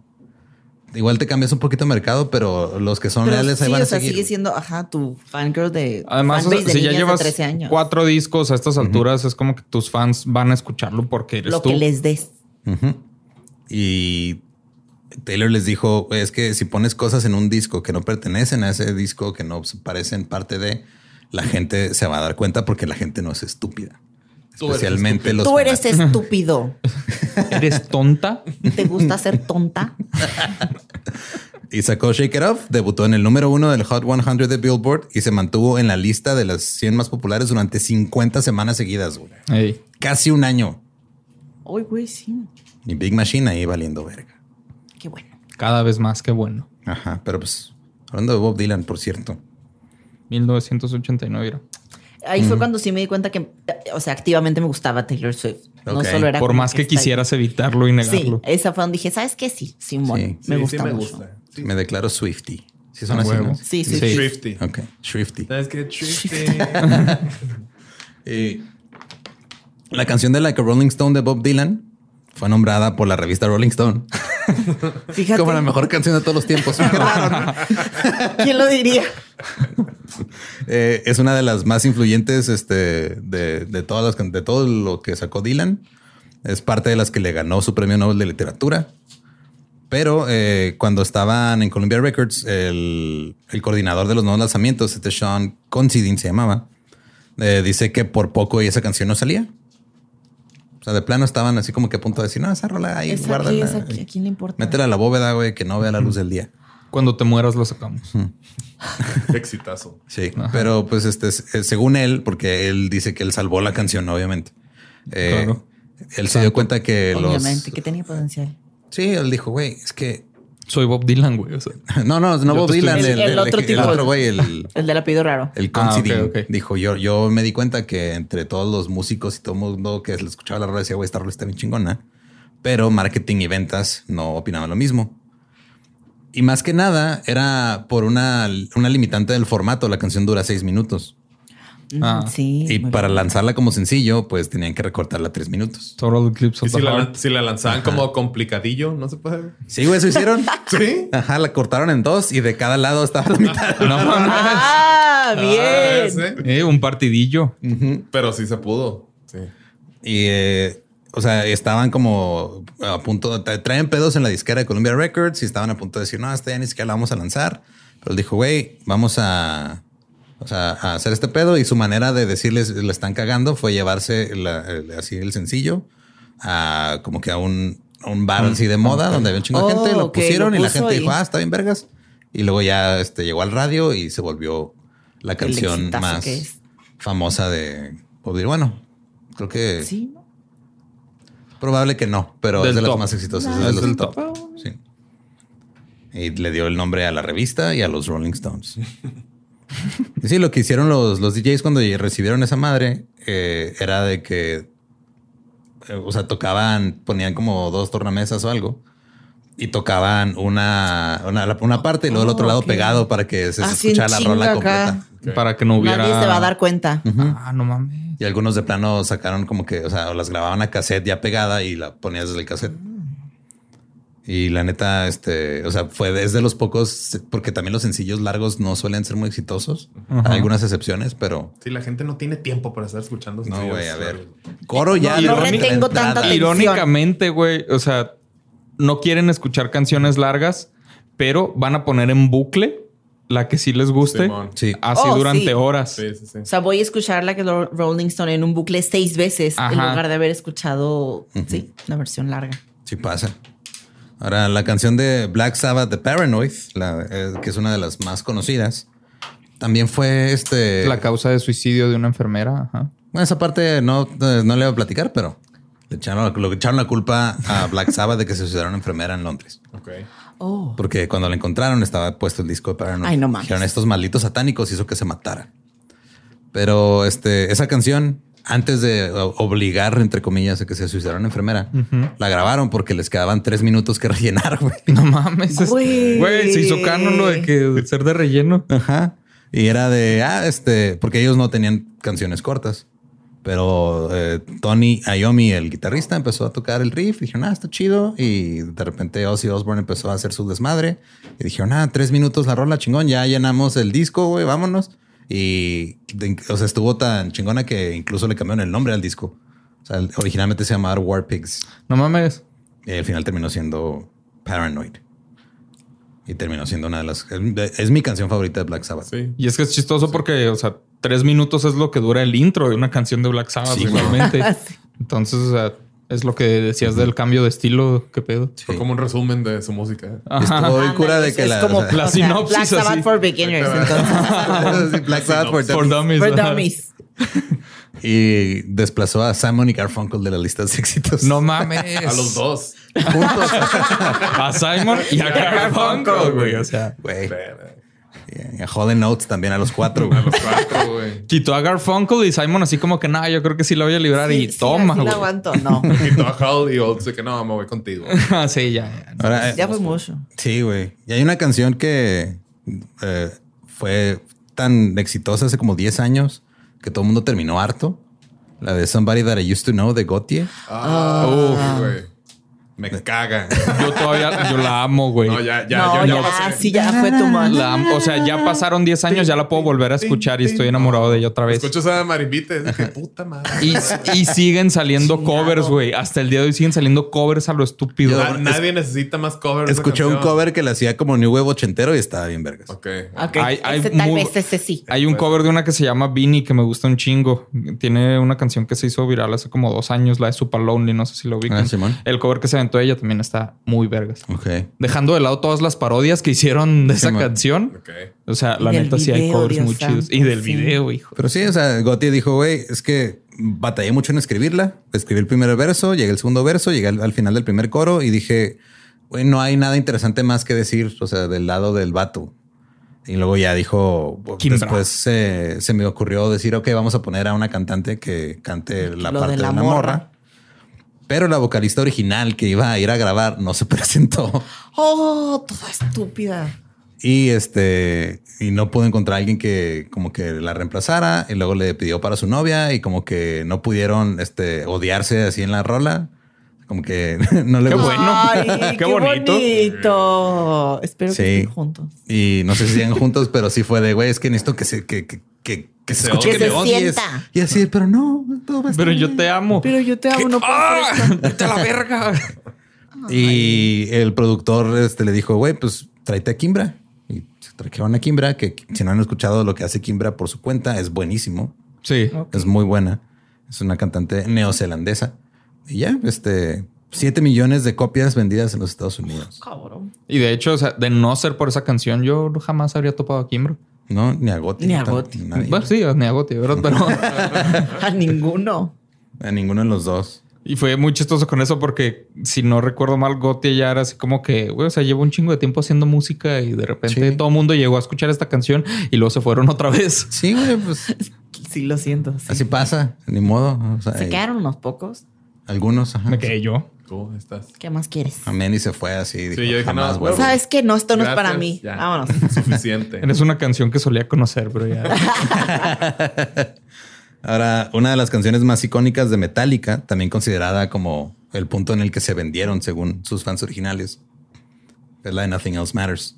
S3: igual te cambias un poquito de mercado, pero los que son
S5: Pero
S3: reales ahí
S5: sí,
S3: van
S5: o
S3: a
S5: sea,
S3: seguir.
S5: sigue siendo, ajá, tu fangirl de.
S6: Además, o sea,
S5: fanbase de
S6: si ya
S5: niñas de
S6: llevas
S5: 13 años.
S6: cuatro discos a estas alturas, es como que tus fans van a escucharlo porque eres
S5: lo
S6: tú.
S5: que les des.
S3: Ujú. Y Taylor les dijo, "Güey, es que si pones cosas en un disco que no pertenecen a ese disco, que no parecen parte de, la gente se va a dar cuenta porque la gente no es estúpida.
S4: Tú eres
S3: Especialmente los
S5: Tú eres
S3: fanáticos.
S5: estúpido.
S6: Eres tonta.
S5: ¿Te gusta ser tonta?
S3: Y sacó Shake It Off, debutó en el número uno del Hot 100 de Billboard y se mantuvo en la lista de las 100 más populares durante 50 semanas seguidas, güey.
S6: Ey.
S3: Casi un año.
S5: Uy, güey, sí.
S3: Y Big Machine ahí valiendo verga.
S5: Qué bueno.
S6: Cada vez más, qué bueno.
S3: Ajá, pero pues, hablando de Bob Dylan, por cierto.
S6: 1989 era.
S5: Ahí
S3: Mm.
S5: fue cuando sí me di cuenta que, o sea, activamente me gustaba Taylor Swift. No
S3: Ok.
S5: solo era.
S6: Por
S5: como
S6: más que
S5: está ahí.
S6: quisieras evitarlo y
S5: Sí,
S6: negarlo.
S5: esa fue donde dije, ¿sabes qué? Sí, Simón.
S3: Sí,
S5: me
S4: Sí,
S5: gusta
S4: sí me
S5: mucho.
S4: gusta. Sí.
S3: Me declaro Swifty. Sí, son
S6: A
S3: así,
S6: huevo.
S3: ¿no?
S5: Sí,
S6: Sí.
S5: sí, sí.
S4: Thrifty.
S3: Ok, Swifty.
S4: ¿Sabes qué? Thrifty.
S3: Y Eh, la canción de Like a Rolling Stone de Bob Dylan fue nombrada por la revista Rolling Stone
S5: Fíjate,
S3: como la mejor canción de todos los tiempos. Qué raro, ¿no?
S5: ¿quién lo diría?
S3: Eh, es una de las más influyentes este, de, de todas las, can- de todo lo que sacó Dylan. Es parte de las que le ganó su premio Nobel de Literatura. Pero eh, cuando estaban en Columbia Records, el, el coordinador de los nuevos lanzamientos, este Sean Considine se llamaba, eh, dice que por poco y esa canción no salía. O sea, de plano estaban así como que a punto de decir, no, esa rola ahí,
S5: Es aquí,
S3: guárdala.
S5: es aquí, ¿a quién le importa?
S3: Métela a la bóveda, güey, que no vea la luz del día.
S6: Cuando te mueras lo sacamos.
S4: Exitazo.
S3: Sí, pero pues este, es- eh, según él, porque él dice que él salvó la canción, obviamente. Eh,
S6: Claro.
S3: Él se dio cuenta que
S5: Obviamente,
S3: los.
S5: que tenía potencial.
S3: Sí, él dijo, güey, es que. pues,
S6: Soy Bob Dylan, güey. o sea.
S3: No, no, no
S6: te
S3: Bob
S6: estoy
S3: Dylan, el,
S5: diciendo. El
S3: el-
S5: otro
S3: el
S5: tipo.
S3: otro güey, el,
S5: El del apellido raro.
S3: el
S6: Ah,
S3: Considine,
S6: ok, ok.
S3: dijo, yo, yo me di cuenta que entre todos los músicos y todo el mundo que le escuchaba la rola decía, güey, esta rola está bien chingona. Pero marketing y ventas no opinaban lo mismo. Y más que nada era por una, una limitante del formato. La canción dura seis minutos.
S5: Mm,
S6: Ah.
S5: sí.
S3: Y
S5: muy
S3: para
S5: bien.
S3: lanzarla como sencillo, pues tenían que recortarla a tres minutos.
S6: Total Eclipse
S4: Y
S6: of
S4: si
S6: the
S4: la,
S6: Heart.
S4: lan- si la lanzaban como complicadillo, no se puede.
S3: Sí, güey, eso hicieron.
S4: Sí.
S3: Ajá, la cortaron en dos y de cada lado estaba la mitad.
S6: No mames.
S5: Ah,
S4: Ah,
S5: bien.
S4: sí.
S6: Eh, un partidillo.
S3: Ujú.
S4: Pero sí se pudo. Sí.
S3: Y, eh, o sea, estaban como a punto, de- traen pedos en la disquera de Columbia Records y estaban a punto de decir, no, esta ya ni siquiera la vamos a lanzar. Pero él dijo, güey, vamos a, o sea, a hacer este pedo. Y su manera de decirles, la están cagando, fue llevarse la- el- así el sencillo a como que a un, a un bar así de moda donde había un chingo de
S5: Mm, Oh,
S3: gente. Lo
S5: ok,
S3: pusieron
S5: lo
S3: y la
S5: puso
S3: gente
S5: y-
S3: dijo, ah, está bien, vergas. Y luego ya este, llegó al radio y se volvió la canción
S5: exitazo
S3: más
S5: que es.
S3: famosa de Bob Dylan. Bueno, creo que
S5: Sí, ¿no?
S3: Probable que no, pero
S6: Del
S3: es de las
S6: top.
S3: más exitosas.
S6: Ah,
S3: es de los
S6: del
S3: top. Sí. Y le dio el nombre a la revista y a los Rolling Stones. Y Sí, lo que hicieron los, los DJs cuando recibieron esa madre eh, era de que, eh, o sea, tocaban, ponían como dos tornamesas o algo y tocaban una, una, una parte y luego el otro
S5: Oh,
S3: lado
S5: ok.
S3: pegado para que se
S5: Así en
S3: escuchara la
S5: chinga
S3: rola
S5: acá.
S3: completa.
S6: Para que no hubiera.
S5: Nadie se va a dar cuenta.
S3: Ujú.
S6: Ah, no mames.
S3: Y algunos de plano sacaron como que, o sea, o las grababan a cassette ya pegada y la ponías desde el cassette. Y la neta, este, o sea, fue desde los pocos, porque también los sencillos largos no suelen ser muy exitosos.
S6: Ajá.
S3: Hay algunas excepciones, pero
S4: Sí, la gente no tiene tiempo para estar escuchando.
S3: no,
S4: sencillos.
S3: güey, a ver. Coro ya.
S5: No,
S3: de
S5: no
S3: repente la
S5: retengo
S3: entrada.
S5: tanta atención.
S6: Irónicamente, güey, o sea, no quieren escuchar canciones largas, pero van a poner en bucle la que sí les guste.
S4: Simón.
S3: Sí.
S6: Así
S5: Oh,
S6: durante
S5: sí.
S6: horas.
S4: Sí, sí, sí.
S5: O sea, voy a escuchar la que lo- Rolling Stone en un bucle seis veces en
S6: Ajá.
S5: lugar de haber escuchado, sí, la versión larga.
S3: Sí pasa. Ahora, la canción de Black Sabbath de Paranoid, la, eh, que es una de las más conocidas, también fue este.
S6: La causa de suicidio de una enfermera. Ajá.
S3: Bueno, esa parte no, eh, no le voy a platicar, pero le echaron, lo echaron la culpa a Black Sabbath de que se suicidaron una enfermera en Londres.
S4: Ok.
S5: Oh,
S3: Porque cuando la encontraron estaba puesto el disco de Paranoid.
S5: Ay, no mames.
S3: Dijeron, estos malditos satánicos hizo que se matara. Pero este, esa canción, antes de o- obligar, entre comillas, a que se suicidara una enfermera, la grabaron porque les quedaban tres minutos que rellenar, güey.
S6: No mames. es-
S5: Güey.
S6: Güey, se hizo canon lo de que de ser de relleno.
S3: Ajá. Y era de, ah, este, porque ellos no tenían canciones cortas. Pero eh, Tony Iommi, el guitarrista, empezó a tocar el riff. Dijeron, ah, está chido. Y de repente Ozzy Osbourne empezó a hacer su desmadre. Y dijeron, ah, tres minutos la rola, chingón. Ya llenamos el disco, güey, vámonos. Y, de- o sea, estuvo tan chingona que incluso le cambiaron el nombre al disco. O sea, originalmente se llamaba War Pigs.
S6: No mames.
S3: Y al final terminó siendo Paranoid. Y terminó siendo una de las... Es, es mi canción favorita de Black Sabbath.
S4: Sí.
S6: Y es que es chistoso porque, o sea, tres minutos es lo que dura el intro de una canción de Black Sabbath
S3: Sí, güey.
S6: realmente. Entonces, o sea, es lo que decías del cambio de estilo. ¿Qué pedo?
S3: Sí. Ah,
S4: Fue como un resumen de su música.
S3: Y Estuvo bien cura de
S5: es-
S3: que
S5: es
S3: la,
S5: como
S3: o sea,
S6: la
S5: o sea,
S6: sinopsis
S5: Black Sabbath
S6: así.
S5: for beginners,
S3: Sí, Black Sabbath for Dummies.
S6: For dummies.
S5: for
S6: ajá.
S5: dummies.
S3: Y desplazó a Simon y Garfunkel de la lista de éxitos.
S6: No mames.
S4: A los dos.
S3: juntos.
S6: A Simon y a Garfunkel, güey. O sea,
S3: Güey.
S4: Verga.
S3: Y a Holly Notes también a los cuatro. güey.
S4: A los cuatro, güey.
S6: quitó a Garfunkel y Simon así como que, no, yo creo que sí la voy a librar
S5: Sí,
S6: y
S5: sí,
S6: toma,
S5: así la
S6: güey.
S5: aguanto, no.
S4: Quitó a Hal y Olds de que no, me voy contigo.
S6: Ah, sí, ya. ya.
S3: Ahora, eh,
S5: Ya fue mucho.
S3: sí, güey. Y hay una canción que eh, fue tan exitosa hace como 10 años que todo el mundo terminó harto. La de Somebody That I Used to Know de Gautier.
S4: Ah, uf, güey. Me caga.
S6: Yo todavía, yo la amo, güey.
S4: No, ya, ya,
S5: no,
S4: yo ya,
S5: ya,
S4: pasé.
S5: sí, ya fue tu mano.
S6: La amo. O sea, ya pasaron 10 años, ya la puedo volver a escuchar y estoy enamorado de ella otra vez.
S4: Escucho esa marimbita y dije, puta madre.
S6: Y, y siguen saliendo covers, güey. Hasta el día de hoy siguen saliendo covers a lo estúpido.
S4: Na- nadie necesita más covers. de
S3: Escuché un
S4: canción.
S3: cover que le hacía como New Wave ochentero y estaba bien vergas.
S4: Ok.
S5: Ok,
S6: Hay- hay
S5: ese tal
S6: muy-
S5: vez ese sí.
S6: Hay un cover de una que se llama Vinny que me gusta un chingo. Tiene una canción que se hizo viral hace como dos años, la de Super Lonely. No sé si lo ubican.
S3: Ah, Simón.
S6: el cover que se aventó ella también está muy vergas.
S3: Ok.
S6: Dejando de lado todas las parodias que hicieron de esa
S3: Simón.
S6: canción.
S4: Ok.
S6: O sea, la
S5: Y del
S6: neta sí hay
S5: video,
S6: covers
S5: Dios
S6: muy chidos. Y
S5: santo,
S6: del
S5: sí.
S6: video, hijo.
S3: Pero sí, o sea, Gotti dijo, güey, es que batallé mucho en escribirla. Escribí el primer verso, llegué al segundo verso, llegué al, al final del primer coro y dije, güey, no hay nada interesante más que decir, o sea, del lado del vato. Y luego ya dijo, pues,
S6: Kimbra.
S3: después se, se me ocurrió decir, ok, vamos a poner a una cantante que cante la
S5: Lo
S3: parte de la morra. Pero la vocalista original que iba a ir a grabar no se presentó.
S5: Oh, toda estúpida.
S3: Y este, y no pudo encontrar a alguien que como que la reemplazara y luego le pidió para su novia y como que no pudieron este odiarse así en la rola. Como que no le
S6: Qué
S3: gustó.
S6: bueno.
S5: Ay,
S6: Qué
S5: qué
S6: bonito.
S5: bonito. Espero
S3: Sí.
S5: que estén juntos.
S3: Y no sé si siguen juntos, pero sí fue de güey, es que necesito que se, que, que, que, que se
S4: se
S3: escuche que, me
S4: odie. Que se
S3: odies.
S5: sienta.
S3: Y así, pero no, todo va a estar
S6: Pero yo
S3: bien.
S6: te amo. ¡Ah!
S5: Pero yo te amo, no puedo hacer esto.
S6: Vete a la verga.
S3: Y el productor este, le dijo, güey, pues tráete a Kimbra. Y se trajeron a Kimbra, que si no han escuchado lo que hace Kimbra por su cuenta, es buenísimo.
S6: Sí.
S3: Es muy buena. Es una cantante neozelandesa. Y ya, este, 7 millones de copias vendidas en los Estados Unidos.
S5: Cabrón.
S6: Y de hecho, o sea, de no ser por esa canción, yo jamás habría topado a Kimbro.
S3: No, ni a Gotti.
S5: Ni a
S3: no tan-
S5: Gotti.
S3: nadie.
S6: Bueno, sí, ni a Goti, ¿verdad? Pero
S5: A ninguno.
S3: A ninguno de los dos.
S6: Y fue muy chistoso con eso porque, si no recuerdo mal, Gotti ya era así como que, güey, o sea, llevo un chingo de tiempo haciendo música y de repente
S3: Sí.
S6: todo el mundo llegó a escuchar esta canción y luego se fueron otra vez.
S3: Sí, güey, pues
S5: Sí, lo siento. sí.
S3: así pasa, ni modo. o sea,
S5: Se
S3: eh,
S5: quedaron unos pocos.
S3: Algunos, ajá.
S6: Me quedé yo.
S4: ¿Cómo estás?
S5: ¿Qué más quieres?
S3: Amén y se fue así. Dijo,
S4: yo dije,
S3: jamás
S4: no,
S3: vuelvo".
S4: huevo.
S5: ¿Sabes qué? No, esto no es para
S4: Gracias,
S5: mí.
S4: ya.
S5: Vámonos.
S4: Suficiente.
S6: Es una canción que solía conocer, pero ya.
S3: Ahora, una de las canciones más icónicas de Metallica, también considerada como el punto en el que se vendieron según sus fans originales, es la de Nothing Else Matters.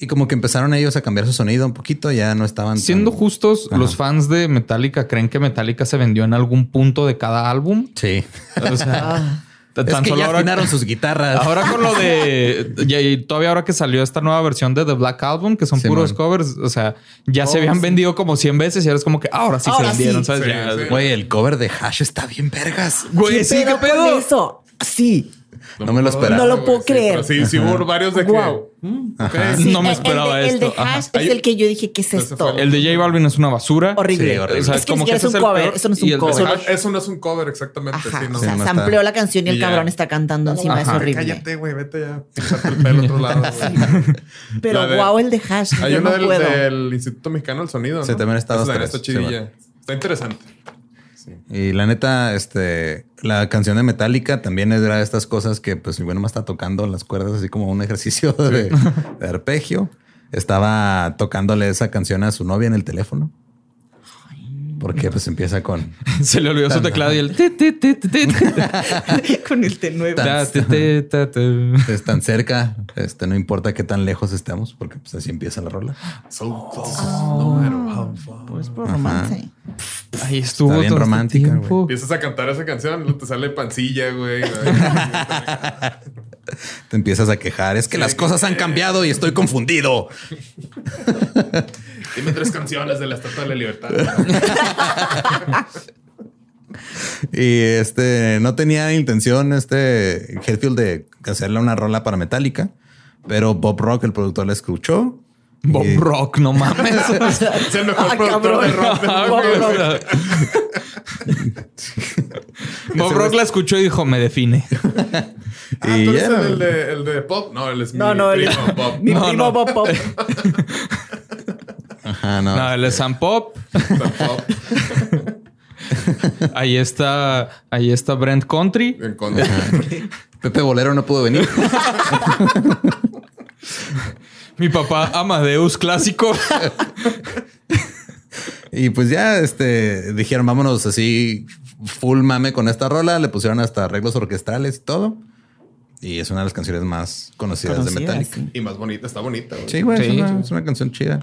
S3: Y como que empezaron ellos a cambiar su sonido un poquito, ya no estaban... tan-
S6: Siendo justos,
S3: Ajá.
S6: los fans de Metallica creen que Metallica se vendió en algún punto de cada álbum.
S3: Sí.
S6: O sea, tan
S3: es que
S6: solo
S3: ya
S6: ahora
S3: afinaron sus guitarras.
S6: Ahora con lo de. y- Y todavía ahora que salió esta nueva versión de The Black Album, que son
S3: Sí,
S6: puros
S3: man.
S6: covers, o sea, ya se habían vendido como 100 veces y ahora es como que Oh, ahora sí
S5: Ahora
S6: se vendieron,
S5: sí.
S6: ¿sabes?
S4: Sí,
S6: Ya,
S4: sí.
S3: Güey, el cover de Hash está bien vergas.
S6: Güey, sí, qué
S5: con
S6: pedo.
S5: eso? Sí.
S3: No me lo esperaba.
S5: No lo
S4: güey,
S5: puedo
S4: sí,
S5: creer.
S4: pero Sí, sí hubo varios de que...
S5: Guau.
S4: mm, ok.
S3: Ajá.
S5: Sí,
S6: Ah, No me
S5: el-
S6: esperaba
S5: el de, El
S6: esto.
S5: de Hash
S6: Ajá.
S5: es el que yo dije, ¿qué es
S4: Ese
S5: esto?
S4: fue
S6: El de J Balvin es una basura.
S5: Horrible.
S3: Sí, horrible.
S6: O sea,
S5: es que ni
S6: como que
S5: siquiera es
S6: ese
S5: un
S6: es el
S5: cover.
S6: peor.
S5: Eso no es
S6: Y
S5: un
S6: el de
S5: cover.
S4: Eso no,
S6: Hash.
S4: eso no es un cover, exactamente.
S5: Ajá.
S4: sí, no.
S5: o sea,
S3: no está.
S5: sampleó la canción y el
S4: Y ya.
S5: cabrón está cantando encima.
S6: Ajá.
S5: Es horrible.
S4: Cállate, güey, vete ya. Pícate el pelo a otro lado, güey.
S5: Pero
S4: La de-
S5: wow, el de Hash.
S4: Hay
S5: yo
S4: una
S5: no
S4: del,
S5: puedo.
S4: del Instituto Mexicano del Sonido.
S3: Sí,
S4: ¿no?
S3: también está
S4: Esa
S3: dos,
S4: también
S3: tres,
S4: Está
S3: sí,
S4: chidilla. está interesante.
S3: Y la neta, este, la canción de Metallica también es de estas cosas que, pues, bueno, más está tocando las cuerdas así como un ejercicio de, de arpegio. Estaba tocándole esa canción a su novia en el teléfono. Porque pues empieza con
S6: Se le olvidó su
S3: Tan-
S6: teclado y el. ti, ti, ti, ti, ti, ti,
S5: Con el T9.
S6: ta, ti, ti, ta, ta.
S3: es tan cerca, este no importa qué tan lejos estemos, porque pues así empieza la rola.
S4: So
S5: Oh.
S4: close, no matter how far.
S5: Pues por romance.
S6: Ahí estuvo
S3: bien
S6: todo este
S3: romántica, güey. Eh.
S6: tiempo.
S4: Empiezas a cantar esa canción, luego te sale pancilla, güey.
S3: Te empiezas a quejar, es que las cosas han cambiado y estoy confundido.
S4: Dime tres canciones de la Estatua de la Libertad.
S3: Y este no tenía intención este Hetfield de hacerle una rola para Metallica, pero Bob Rock, el productor, la escuchó.
S6: Bob
S3: Y-
S6: Rock, no mames.
S4: Es el mejor
S5: Ah,
S4: productor de rock. del mundo, güey.
S6: Bob Rock la escuchó y dijo, me define.
S4: Ah,
S3: Y
S4: ¿tú eres
S3: ya.
S4: el, de, el de Pop? No, él es
S5: No,
S4: mi
S5: no, él
S4: primo,
S5: es
S4: Pop.
S5: mi
S6: No,
S5: primo
S6: no.
S5: Bob Pop.
S3: Ajá, no.
S6: No, él es Sam Pop.
S4: Pop.
S6: Ahí está, ahí está Brent Country.
S4: En contra.
S3: Pepe Bolero no pudo venir.
S6: Mi papá Amadeus clásico.
S3: y pues ya este dijeron, vámonos así full mame con esta rola. Le pusieron hasta arreglos orquestales y todo. Y es una de las canciones más conocidas de
S5: Conocida,
S3: Metallica.
S5: sí.
S4: Y más bonita, está bonita. güey.
S3: Sí, güey, es,
S6: Sí.
S3: una, es una canción chida.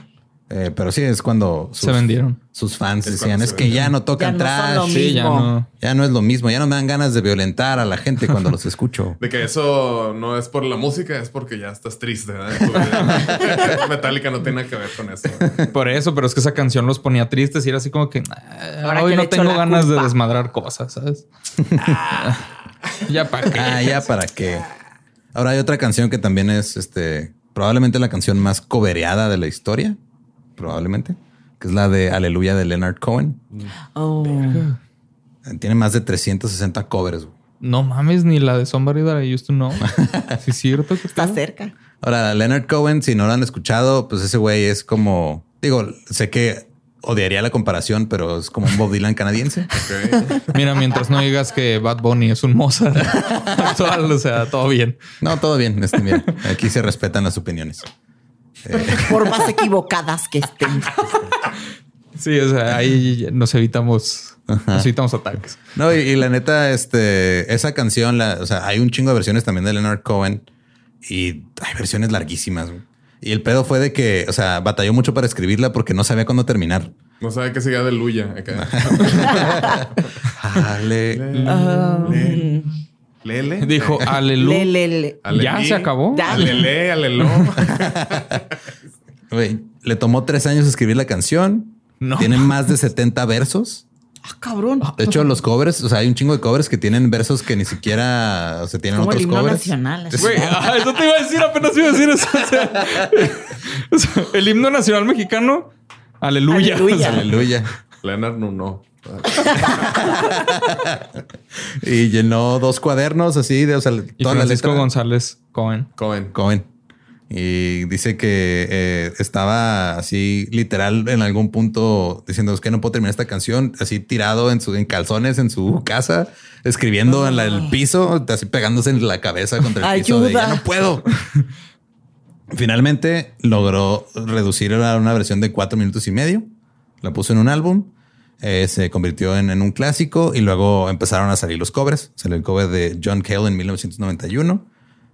S3: Eh, pero sí, es cuando
S6: Se vendieron.
S3: Sus fans
S4: Es
S3: decían,
S4: cuando
S3: es
S4: se
S3: que ya no tocan
S5: Ya no son
S3: trash.
S5: lo
S3: Sí,
S6: Sí, ya
S5: Mismo.
S6: no.
S3: Ya no es lo mismo, ya no me dan ganas de violentar a la gente cuando los escucho.
S4: De que eso no es por la música, es porque ya estás triste. ¿verdad? Metallica no tiene nada que ver con eso.
S6: Por eso, pero es que esa canción los ponía tristes y era así como que "Ah,
S5: Ahora
S6: hoy
S5: que le
S6: no
S5: echo
S6: tengo
S5: la
S6: ganas de
S5: culpa".
S6: desmadrar cosas, ¿sabes? ya para qué.
S3: Ah, ya para qué. Ahora hay otra canción que también es este, probablemente la canción más cobereada de la historia, probablemente, que es la de Aleluya de Leonard Cohen.
S5: Oh.
S3: Tiene más de 360 covers. güey.
S6: No mames, ni la de Somebody That I Used to Know. Sí, es cierto que
S5: Está
S6: está.
S5: cerca.
S3: Ahora, Leonard Cohen, si no lo han escuchado, pues ese güey es como, digo, sé que odiaría la comparación, pero es como un Bob Dylan canadiense.
S4: Ok.
S6: Mira, mientras no digas que Bad Bunny es un Mozart actual, o sea, todo bien.
S3: No, todo bien. Este, mira, aquí se respetan las opiniones.
S5: Por más equivocadas que estén.
S6: Sí, o sea, ahí nos evitamos, nos evitamos ataques.
S3: No, y, y la neta, este, esa canción, la, o sea, hay un chingo de versiones también de Leonard Cohen y hay versiones larguísimas. güey. Y el pedo fue de que, o sea, batalló mucho para escribirla porque no sabía cuándo terminar.
S4: No sabe que siga de Luya. Acá.
S3: Dale.
S5: Ah,
S4: Lele. Lele.
S6: Dijo, aleluya.
S5: le, le, le.
S4: Alelí.
S6: ¿Ya se acabó?
S5: Ya.
S4: Alelé, aleló.
S3: Güey, le tomó tres años escribir la canción.
S6: No.
S3: Tiene más de 70 versos.
S5: Ah, cabrón.
S3: De hecho, los covers, o sea, hay un chingo de covers que tienen versos que ni siquiera o sea, tienen
S5: Como el
S3: otros
S5: himno
S3: covers.
S5: nacional. así.
S6: Güey, ah, eso te iba a decir, apenas iba a decir eso. O sea, o sea, el himno nacional mexicano, aleluya.
S5: Aleluya.
S6: O sea,
S3: Aleluya.
S4: Leonard no, no.
S3: Y llenó dos cuadernos así de, o sea, toda
S6: Y
S3: la
S6: Francisco
S3: letra.
S6: González Cohen.
S4: Cohen.
S3: Cohen. Y dice que eh, estaba así literal en algún punto diciendo es que no puedo terminar esta canción, así tirado en, su, en calzones en su casa, escribiendo en la- el piso, así pegándose en la cabeza contra el piso. de,
S5: Ayuda.
S3: "Ya no puedo. Finalmente logró reducirla a una versión de cuatro minutos y medio. La puso en un álbum, eh, se convirtió en, en un clásico y luego empezaron a salir los covers. Salió el cover de John Cale en 1991.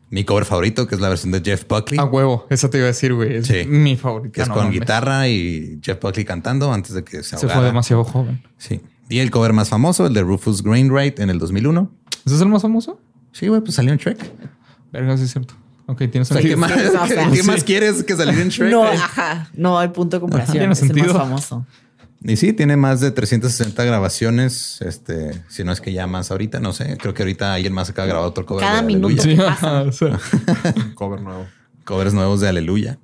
S3: Mi cover favorito, que es la versión de Jeff Buckley,
S5: Ah,
S6: A huevo. Esa te iba a decir, güey. Es
S3: Sí.
S6: mi favorita.
S3: que es
S6: no
S3: con
S6: mames.
S3: guitarra y Jeff Buckley cantando antes de que se
S6: Se
S3: ahogara.
S6: fue demasiado joven.
S3: Sí. Y el cover más famoso, el de Rufus Greenwright en el 2001.
S6: ¿Ese es el más famoso?
S3: Sí, güey, pues salió en Shrek.
S6: Verga, sí es cierto. Ok, tienes
S3: O sea, ¿qué, más,
S5: o sea,
S3: qué
S5: sí.
S3: más quieres que salir en Shrek? eh.
S5: No, ajá. No hay punto de comparación.
S6: Tiene
S5: es el
S6: sentido.
S5: más famoso.
S3: Y sí, tiene más de 360 grabaciones. Este, si no es que ya más ahorita, no sé. Creo que ahorita alguien más acaba de grabar otro cover.
S5: Cada
S3: de
S5: minuto.
S3: Aleluya.
S6: Sí,
S5: ¿Qué
S6: ajá, o sea,
S4: Cover nuevo.
S3: Covers nuevos de Aleluya.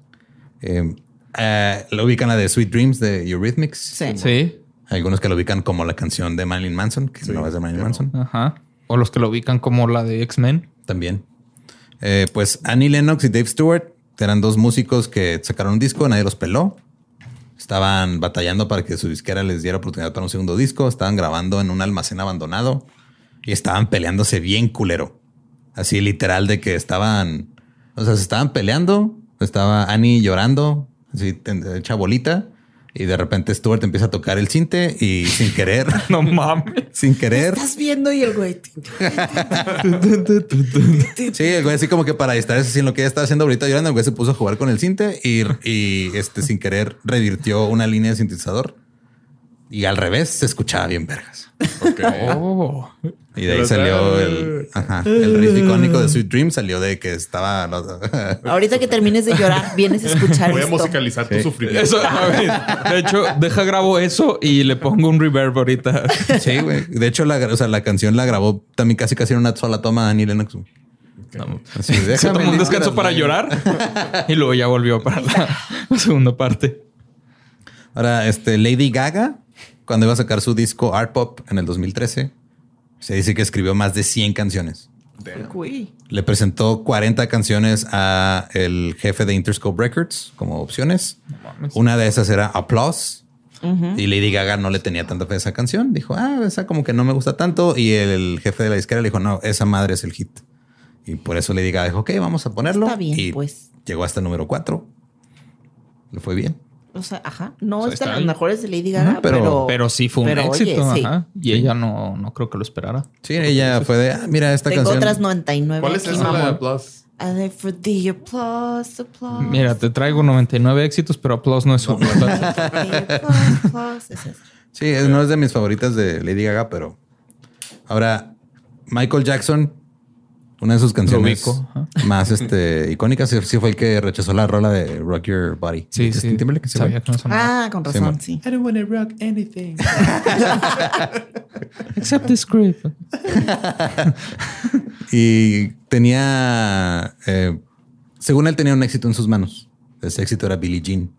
S3: Eh, eh, lo ubican la de Sweet Dreams de Eurythmics.
S5: Sí.
S6: sí.
S3: Algunos que lo ubican como la canción de Marilyn Manson, que no es de Marilyn Manson.
S6: Ajá. O los que lo ubican como la de X-Men.
S3: También. Eh, pues Annie Lennox y Dave Stewart eran dos músicos que sacaron un disco, nadie los peló. Estaban batallando para que su disquera les diera oportunidad para un segundo disco. Estaban grabando en un almacén abandonado y estaban peleándose bien culero. Así literal de que estaban, o sea, se estaban peleando. Estaba Annie llorando, así ten- hecha bolita. Y de repente Stewart empieza a tocar el cinte y sin querer,
S6: No mames.
S3: sin querer.
S5: Estás viendo y el güey.
S3: Sí, el güey así como que para distraerse sin lo que ella estaba haciendo ahorita llorando, el güey se puso a jugar con el cinte y, y, este sin querer revirtió una línea de sintetizador y al revés se escuchaba bien vergas.
S4: Ok.
S6: Oh.
S3: Y de ahí salió el, ajá, el riff icónico de Sweet Dream, salió de que estaba...
S5: Ahorita que termines de llorar, vienes a escuchar
S4: Voy a
S5: esto.
S4: musicalizar tu
S3: Sí.
S4: sufrimiento.
S6: Eso, a ver, de hecho, deja grabo eso y le pongo un reverb ahorita.
S3: Sí, güey. De hecho, la, gra- o sea, la canción la grabó también casi casi en una sola toma Dani Lennox. güey. Así,
S6: Se
S3: déjame
S6: tomó un
S3: limpiar
S6: descanso
S3: las
S6: para
S3: lágrimas.
S6: llorar y luego ya volvió para la, la segunda parte.
S3: Ahora, este Lady Gaga, cuando iba a sacar su disco Art Pop en el 2013, se dice que escribió más de 100 canciones.
S5: Uy.
S3: Le presentó 40 canciones a el jefe de Interscope Records como opciones. Una de esas era Applause. Y Lady Gaga no le tenía tanta fe a esa canción. Dijo, ah, esa como que no me gusta tanto. Y el jefe de la disquera le dijo, no, esa madre es el hit. Y por eso Lady Gaga dijo, ok, vamos a ponerlo.
S5: Está bien,
S3: y
S5: pues.
S3: Llegó hasta el número 4. Le fue bien.
S5: O sea, ajá. No
S6: sea,
S5: es de
S6: está
S5: las
S6: bien.
S5: mejores de Lady Gaga,
S3: Ujú, pero-
S5: pero,
S6: Pero sí fue un
S5: pero, oye,
S6: éxito.
S5: sí.
S6: ajá. Y ella no, no creo que lo esperara.
S3: Sí, ella fue de, ah, mira, esta
S5: Tengo
S3: canción.
S5: otras 99.
S4: ¿Cuál es
S5: aquí,
S4: esa la de
S5: mamón.
S4: Plus?
S5: A ver, for the applause, applause.
S6: Mira, te traigo 99 éxitos, pero aplauso no es uno.
S5: The applause, applause. Es esa.
S3: Sí, es- no es de mis favoritas de Lady Gaga, pero ahora Michael Jackson, una de sus canciones
S6: Lo ubico, ajá.
S3: más este, icónicas, sí, sí fue el que rechazó la rola de Rock Your Body. de
S6: Sí,
S3: Justin
S6: sí.
S3: Timberlake, sí,
S6: Sabía
S3: güey.
S6: que no sonaba.
S5: Ah, con razón, sí.
S4: I don't want to rock anything.
S6: Except the script.
S3: Y tenía, eh, según él, tenía un éxito en sus manos. Ese éxito era Billie Jean.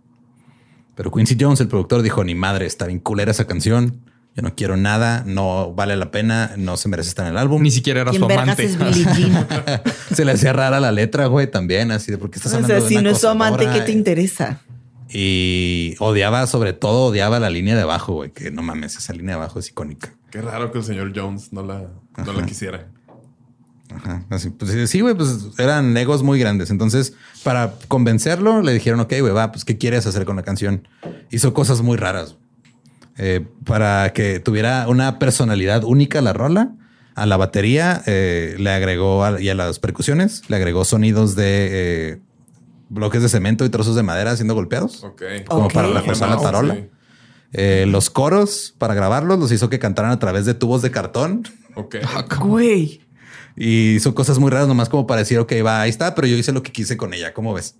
S3: Pero Quincy Jones, el productor, dijo: Ni madre, está bien culera esa canción. Yo no quiero nada, no vale la pena, no se merece estar en el álbum.
S6: Ni siquiera era
S5: ¿Quién
S6: su
S5: vergas
S6: amante.
S5: es Billie Jean?
S3: se le hacía rara la letra, güey, también, así de porque estás
S5: O
S3: hablando
S5: sea,
S3: de
S5: si
S3: una eh?
S5: no es su amante,
S3: acosadora
S5: ¿qué te
S3: y-
S5: interesa?
S3: Y odiaba, sobre todo, odiaba la línea de abajo, güey, que no mames, esa línea de abajo es icónica.
S4: Qué raro que el señor Jones no la, no la quisiera.
S3: Ajá. Así, pues, sí, güey, pues eran egos muy grandes. Entonces, para convencerlo, le dijeron, ok, güey, va, pues, ¿qué quieres hacer con la canción? Hizo cosas muy raras. Eh, para que tuviera una personalidad única la rola, a la batería eh, le agregó, a- y a las percusiones, le agregó sonidos de eh, bloques de cemento y trozos de madera siendo golpeados.
S4: Ok.
S3: Como
S5: Ok.
S3: para reforzar la
S4: Wow,
S3: tarola.
S4: sí.
S3: Eh, los coros para grabarlos los hizo que cantaran a través de tubos de cartón
S4: Ok.
S5: Güey.
S3: y hizo cosas muy raras, nomás como para decir, ok, va, ahí está, pero yo hice lo que quise con ella. ¿Cómo ves?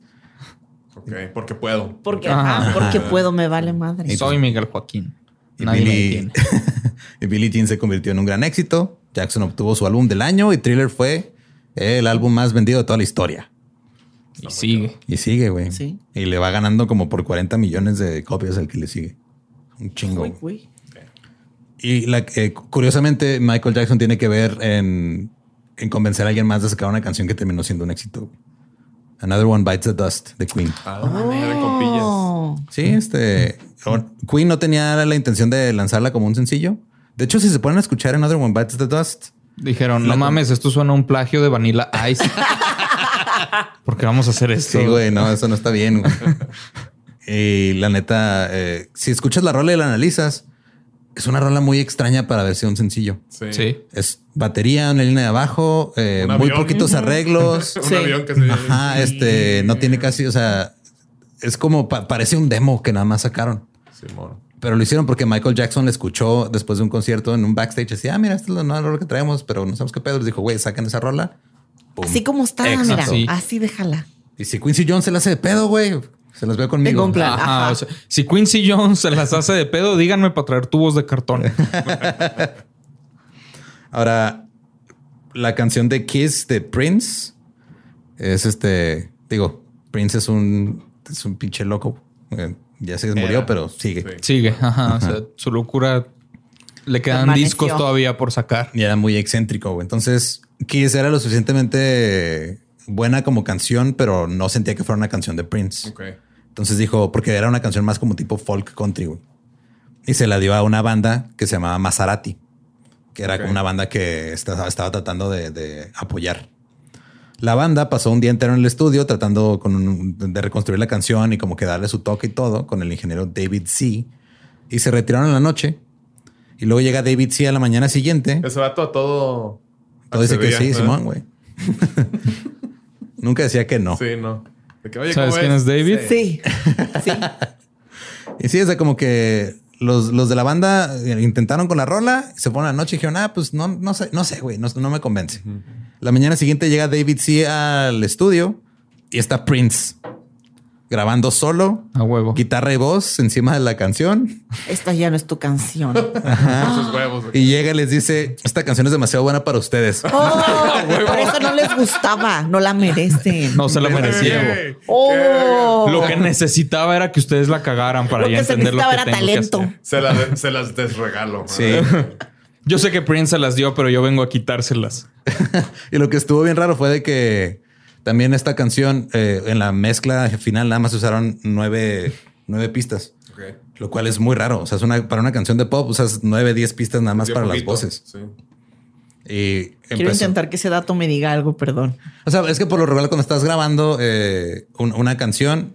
S4: Ok. Porque puedo.
S5: Porque, ajá,
S6: Ajá.
S5: porque puedo, me vale madre.
S6: Soy Miguel Joaquín.
S3: Y
S6: Nadie me
S3: Billie-
S6: entiende.
S3: y Billie Jean se convirtió en un gran éxito. Jackson obtuvo su álbum del año y Thriller fue el álbum más vendido de toda la historia.
S6: Y sigue.
S3: Y sigue, güey.
S5: Sí.
S3: Y le va ganando como por 40 millones de copias al que le sigue. Un chingo.
S5: Güey, güey.
S3: Y la- eh, curiosamente, Michael Jackson tiene que ver en, en convencer a alguien más de sacar una canción que terminó siendo un éxito. Another One Bites the Dust de Queen.
S4: Ah, era con pillas.
S5: Oh.
S3: Sí, este. o- Queen no tenía la intención de lanzarla como un sencillo. De hecho, si se ponen a escuchar Another One Bites the Dust,
S6: Dijeron, no mames, esto suena a un plagio de Vanilla Ice. ¿Por qué vamos a hacer esto?
S3: sí, güey, no, eso no está bien. güey. y la neta, eh, si escuchas la rola y la analizas, es una rola muy extraña para ver si un sencillo.
S4: Sí.
S6: Sí.
S3: Es batería, una línea de abajo, eh,
S4: Un
S3: muy
S4: avión.
S3: poquitos arreglos.
S4: Un
S5: Sí.
S4: avión que se.
S3: Ajá, este no tiene casi, o sea, es como pa- parece un demo que nada más sacaron.
S4: Simón.
S3: Pero lo hicieron porque Michael Jackson le escuchó después de un concierto en un backstage. Decía, ah, mira, esta es la nueva rola que traemos, pero no sabemos qué pedo. Les dijo, güey, saquen esa rola. Pum.
S5: Así como está,
S3: Exacto.
S5: mira.
S6: Sí.
S5: Así déjala.
S3: Y si Quincy Jones se la hace de pedo, güey, se las veo conmigo.
S5: Tengo un plan.
S6: Ajá, o sea, si Quincy Jones se las hace de pedo, díganme para traer tubos de cartón.
S3: Ahora, la canción de Kiss de Prince es este, digo, Prince es un, es un pinche loco. Eh, ya se murió,
S4: Era.
S3: pero sigue.
S4: Sí.
S6: Sigue. Ajá, o sea, su locura. Le quedan
S5: Permaneció.
S6: discos todavía por sacar.
S3: Y era muy excéntrico. güey. Entonces, Kiss era lo suficientemente buena como canción, pero no sentía que fuera una canción de Prince.
S4: Ok.
S3: Entonces dijo, porque era una canción más como tipo folk country. güey. Y se la dio a una banda que se llamaba Maserati, que era
S4: Ok.
S3: una banda que estaba, estaba tratando de, de apoyar. La banda pasó un día entero en el estudio tratando con un- de reconstruir la canción y como que darle su toque y todo con el ingeniero David C. Y se retiraron en la noche. Y luego llega David C. a la mañana siguiente.
S4: Ese vato a todo.
S3: Todo dice que
S4: accedía,
S3: sí,
S4: ¿verdad?
S3: Simón, güey. Nunca decía que no.
S4: Sí, no. De que, oye,
S6: ¿Sabes
S4: ¿cómo
S6: quién es David?
S5: Sí. Sí.
S3: Y sí, es de como que los, los de la banda eh, intentaron con la rola, se fueron a la noche y dijeron, ah, pues no, no sé, no sé, güey, no, no me convence. La mañana siguiente llega David C al estudio y está Prince grabando solo,
S6: A huevo.
S3: guitarra y voz encima de la canción.
S5: Esta ya no es tu canción.
S4: Sus huevos.
S3: Y llega y les dice, esta canción es demasiado buena para ustedes.
S5: Oh, por eso no les gustaba. No la merecen.
S6: No se la
S4: Qué
S6: merecía.
S4: verga,
S6: güey.
S4: güey.
S5: Oh.
S6: Lo que necesitaba era que ustedes la cagaran para
S5: Lo
S6: ya
S5: que se
S6: entender lo que
S5: necesitaba era
S6: tengo
S5: talento.
S6: que hacer.
S4: Se, la- se las desregalo.
S3: Sí.
S6: Yo sé que Prince se las dio, pero yo vengo a quitárselas.
S3: Y lo que estuvo bien raro fue de que también esta canción eh, en la mezcla final nada más usaron nueve, nueve pistas,
S4: Ok.
S3: lo cual es muy raro. O sea, es una, para una canción de pop usas nueve, diez pistas nada más
S4: Dio
S3: para las
S4: poquito.
S3: voces.
S4: Sí.
S3: Y
S5: Quiero
S3: empezó-
S5: intentar que ese dato me diga algo, perdón.
S3: O sea, es que por lo regular cuando estás grabando eh, un- una canción,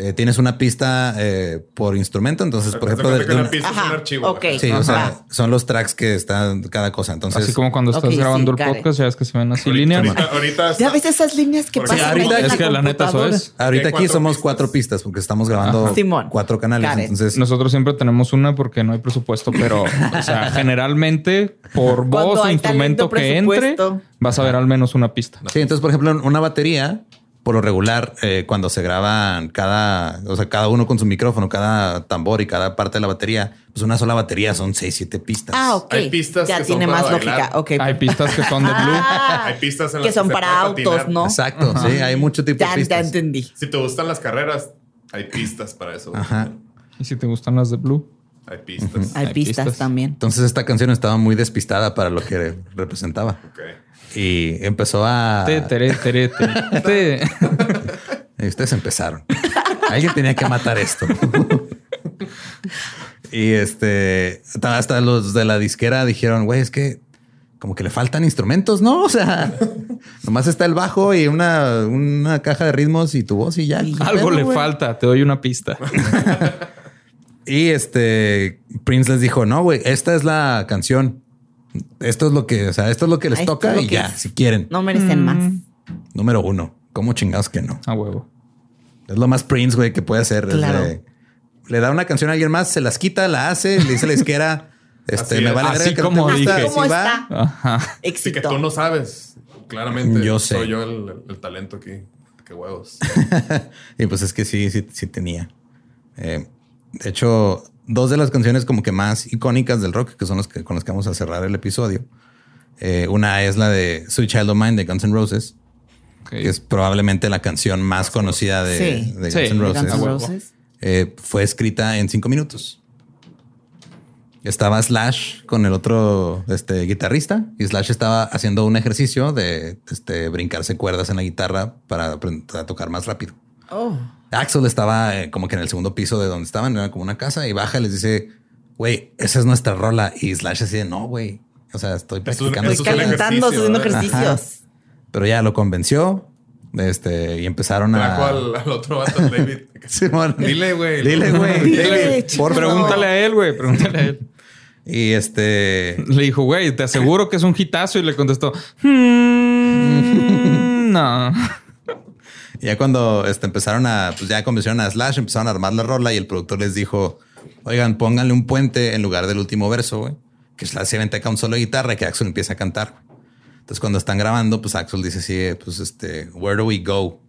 S3: eh, tienes una pista eh, por instrumento. Entonces, Pues, por
S4: Haz de
S3: ejemplo, de-
S4: cuenta
S3: de
S4: que una
S3: una-
S4: pista es un
S5: Ajá,
S4: archivo.
S5: ok.
S3: sí, o
S5: Ajá.
S3: sea, son los tracks que están cada cosa. Entonces,
S6: Así como cuando
S5: Ok,
S6: estás
S5: sí,
S6: grabando el
S5: got it.
S6: podcast, ya ves que se ven así
S4: Ahorita-
S6: líneas.
S4: Ahorita, ahorita
S5: Ya ves esas líneas que
S4: Sí,
S5: pasan.
S3: ahorita
S5: ahí en
S3: es
S6: que la neta, eso es.
S3: ahorita
S4: hay
S3: aquí
S4: cuatro
S3: somos
S4: pistas.
S3: cuatro pistas porque estamos grabando
S5: Simón.
S3: cuatro canales.
S5: Got it.
S3: Entonces,
S6: Nosotros siempre tenemos una porque no hay presupuesto, pero o sea, generalmente por
S5: Cuando
S6: voz o
S5: hay
S6: instrumento
S5: talento,
S6: que entre,
S5: presupuesto.
S6: vas a ver al menos una pista.
S3: Sí, entonces, por ejemplo, en una batería, por lo regular, eh, cuando se graban cada, o sea, cada uno con su micrófono, cada tambor y cada parte de la batería, pues una sola batería son seis, siete pistas.
S5: Ah, ok.
S4: Hay pistas
S5: ya
S4: que son
S5: tiene
S4: para
S5: más
S4: bailar.
S5: lógica. Ok.
S6: Hay pistas que son de blue.
S5: Ah,
S4: Hay pistas en
S5: que
S4: las
S5: son
S4: que se
S5: para
S4: puede
S5: autos,
S4: patinar.
S5: ¿no?
S3: Exacto. Sí, hay mucho tipo de
S5: Ya, ya
S3: pistas.
S5: entendí.
S4: Si te gustan las carreras, hay pistas para eso. güey.
S3: Ajá.
S6: Y si te gustan las de blue.
S4: Hay pistas.
S5: Hay,
S6: Hay
S5: pistas,
S6: pistas.
S5: también.
S3: Entonces, esta canción estaba muy despistada para lo que representaba
S4: Ok.
S3: y empezó
S5: Ah.
S3: a.
S6: Te, tere, tere, tere, te.
S3: Y ustedes empezaron. Alguien tenía que matar esto. y este, hasta hasta los de la disquera dijeron, güey, es que como que le faltan instrumentos, ¿no? O sea, nomás está el bajo y una, una caja de ritmos y tu voz y ya.
S5: Y-
S6: Algo
S5: Bueno,
S6: le
S5: güey.
S6: falta, te doy una pista.
S3: Y este, Prince les dijo, no, güey, esta es la canción. Esto es lo que, o sea, esto es lo que les
S5: Esto es
S3: toca
S5: lo
S3: y
S5: que
S3: ya,
S5: es.
S3: si quieren.
S5: No
S6: Mm.
S5: merecen más.
S3: Número uno, ¿cómo chingados que no?
S6: A huevo.
S3: Es lo más Prince, güey, que puede hacer. Es
S5: Claro.
S3: de- le da una canción a alguien más, se las quita, la hace, le dice a la izquierda, este,
S4: Así
S3: me
S4: es.
S3: vale
S6: Así
S3: verga que no te
S6: como
S3: gusta,
S6: dije.
S3: así
S5: ¿Cómo
S3: va.
S5: está?
S6: Ajá.
S4: Así que
S5: Éxito.
S4: tú no sabes. Claramente
S3: Yo sé.
S4: soy yo el, el talento aquí. Qué huevos.
S3: Y pues es que sí, sí, sí tenía. Eh, de hecho, dos de las canciones como que más icónicas del rock, que son las que, con las que vamos a cerrar el episodio. Eh, una es la de Sweet Child of Mine de Guns N' Roses,
S6: Ok.
S3: que es probablemente la canción más conocida de,
S5: Sí.
S3: de Guns
S6: Sí.
S3: N'
S6: De Guns
S3: Roses.
S5: Guns N'
S6: Ah, huevo.
S5: Roses.
S3: Eh, fue escrita en cinco minutos. estaba Slash con el otro este, guitarrista y Slash estaba haciendo un ejercicio de este, brincarse cuerdas en la guitarra para, aprend- para tocar más rápido.
S5: Oh.
S3: Axel estaba eh, como que en el segundo piso de donde estaban, era como una casa y baja y les dice, güey, esa es nuestra rola. Y Slash así de no, güey. O sea, estoy practicando.
S4: Eso
S5: Estoy
S4: es el
S5: calentando, estoy haciendo
S3: ejercicio,
S5: ejercicios.
S3: ¿verdad? Pero ya lo convenció este, y empezaron a.
S4: Trajo al, al otro vato, al David.
S3: Simón.
S4: Dile, güey.
S3: Dile, güey.
S5: Dile,
S3: David,
S5: chico.
S3: por favor.
S6: Pregúntale a él, güey. Pregúntale a él.
S3: Y este.
S6: Le dijo, güey, te aseguro que es un hitazo. Y le contestó, "Mm, no.
S3: Ya cuando este, empezaron a, pues ya convencieron a Slash, empezaron a armar la rola y el productor les dijo, oigan, pónganle un puente en lugar del último verso, güey. Que Slash se vente acá un solo de guitarra y que Axel empiece a cantar. güey. Entonces cuando están grabando, pues Axel dice así, eh, pues este, where do we go?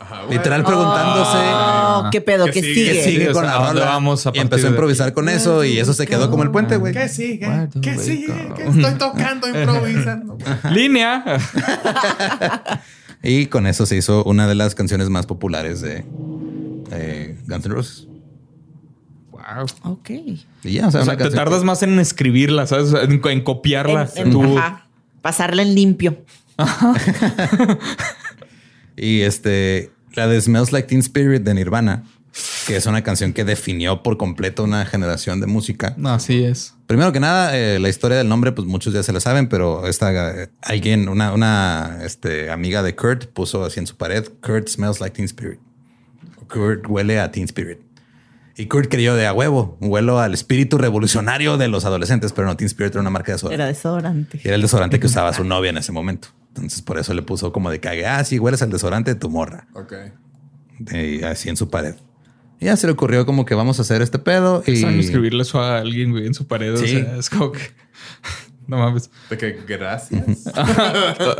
S4: Ajá, güey.
S3: Literal preguntándose.
S5: Oh, qué pedo,
S4: Que
S5: que,
S4: sigue,
S5: sigue.
S3: ¿Qué sigue
S6: Ah. o
S3: con
S6: sea,
S3: la
S6: ¿a dónde
S3: rola?
S6: vamos a
S3: y empezó
S6: partir
S3: a
S6: de
S3: improvisar con eso y eso se quedó como el puente, güey.
S4: ¿Qué sigue?
S6: Why do
S4: ¿Qué
S6: we
S4: sigue?
S6: go?
S4: ¿Qué estoy tocando, improvisando?
S6: Línea.
S3: Y con eso se hizo una de las canciones más populares de eh, Guns N' Roses.
S6: wow.
S5: Ok.
S3: Y ya, o sea,
S6: O sea,
S3: una
S6: te
S3: canción
S6: tardas
S3: que-
S6: más en escribirla, ¿sabes? En, en copiarla.
S5: En- en-
S6: tú.
S5: ajá. Pasarla en limpio.
S3: Y este, la de Smells Like Teen Spirit de Nirvana, que es una canción que definió por completo una generación de música.
S6: No, así es.
S3: Primero que nada, eh, la historia del nombre, pues muchos ya se la saben, pero esta eh, alguien, una, una este, amiga de Kurt puso así en su pared: Kurt smells like Teen Spirit. Kurt huele a Teen Spirit. Y Kurt creyó de a huevo, huelo al espíritu revolucionario de los adolescentes, pero no Teen Spirit era una marca de
S5: Era
S3: desodorante.
S5: desodorante.
S3: Y era el desodorante que usaba su novia en ese momento. Entonces por eso le puso como de cague, ah, sí, hueles al desodorante de tu morra
S4: ok.
S3: de- así en su pared. Y ya se le ocurrió como que vamos a hacer este pedo y
S6: Saben escribirle eso a alguien, güey, en su pared.
S3: Sí.
S6: O sea, es como que. No mames.
S4: De que gracias.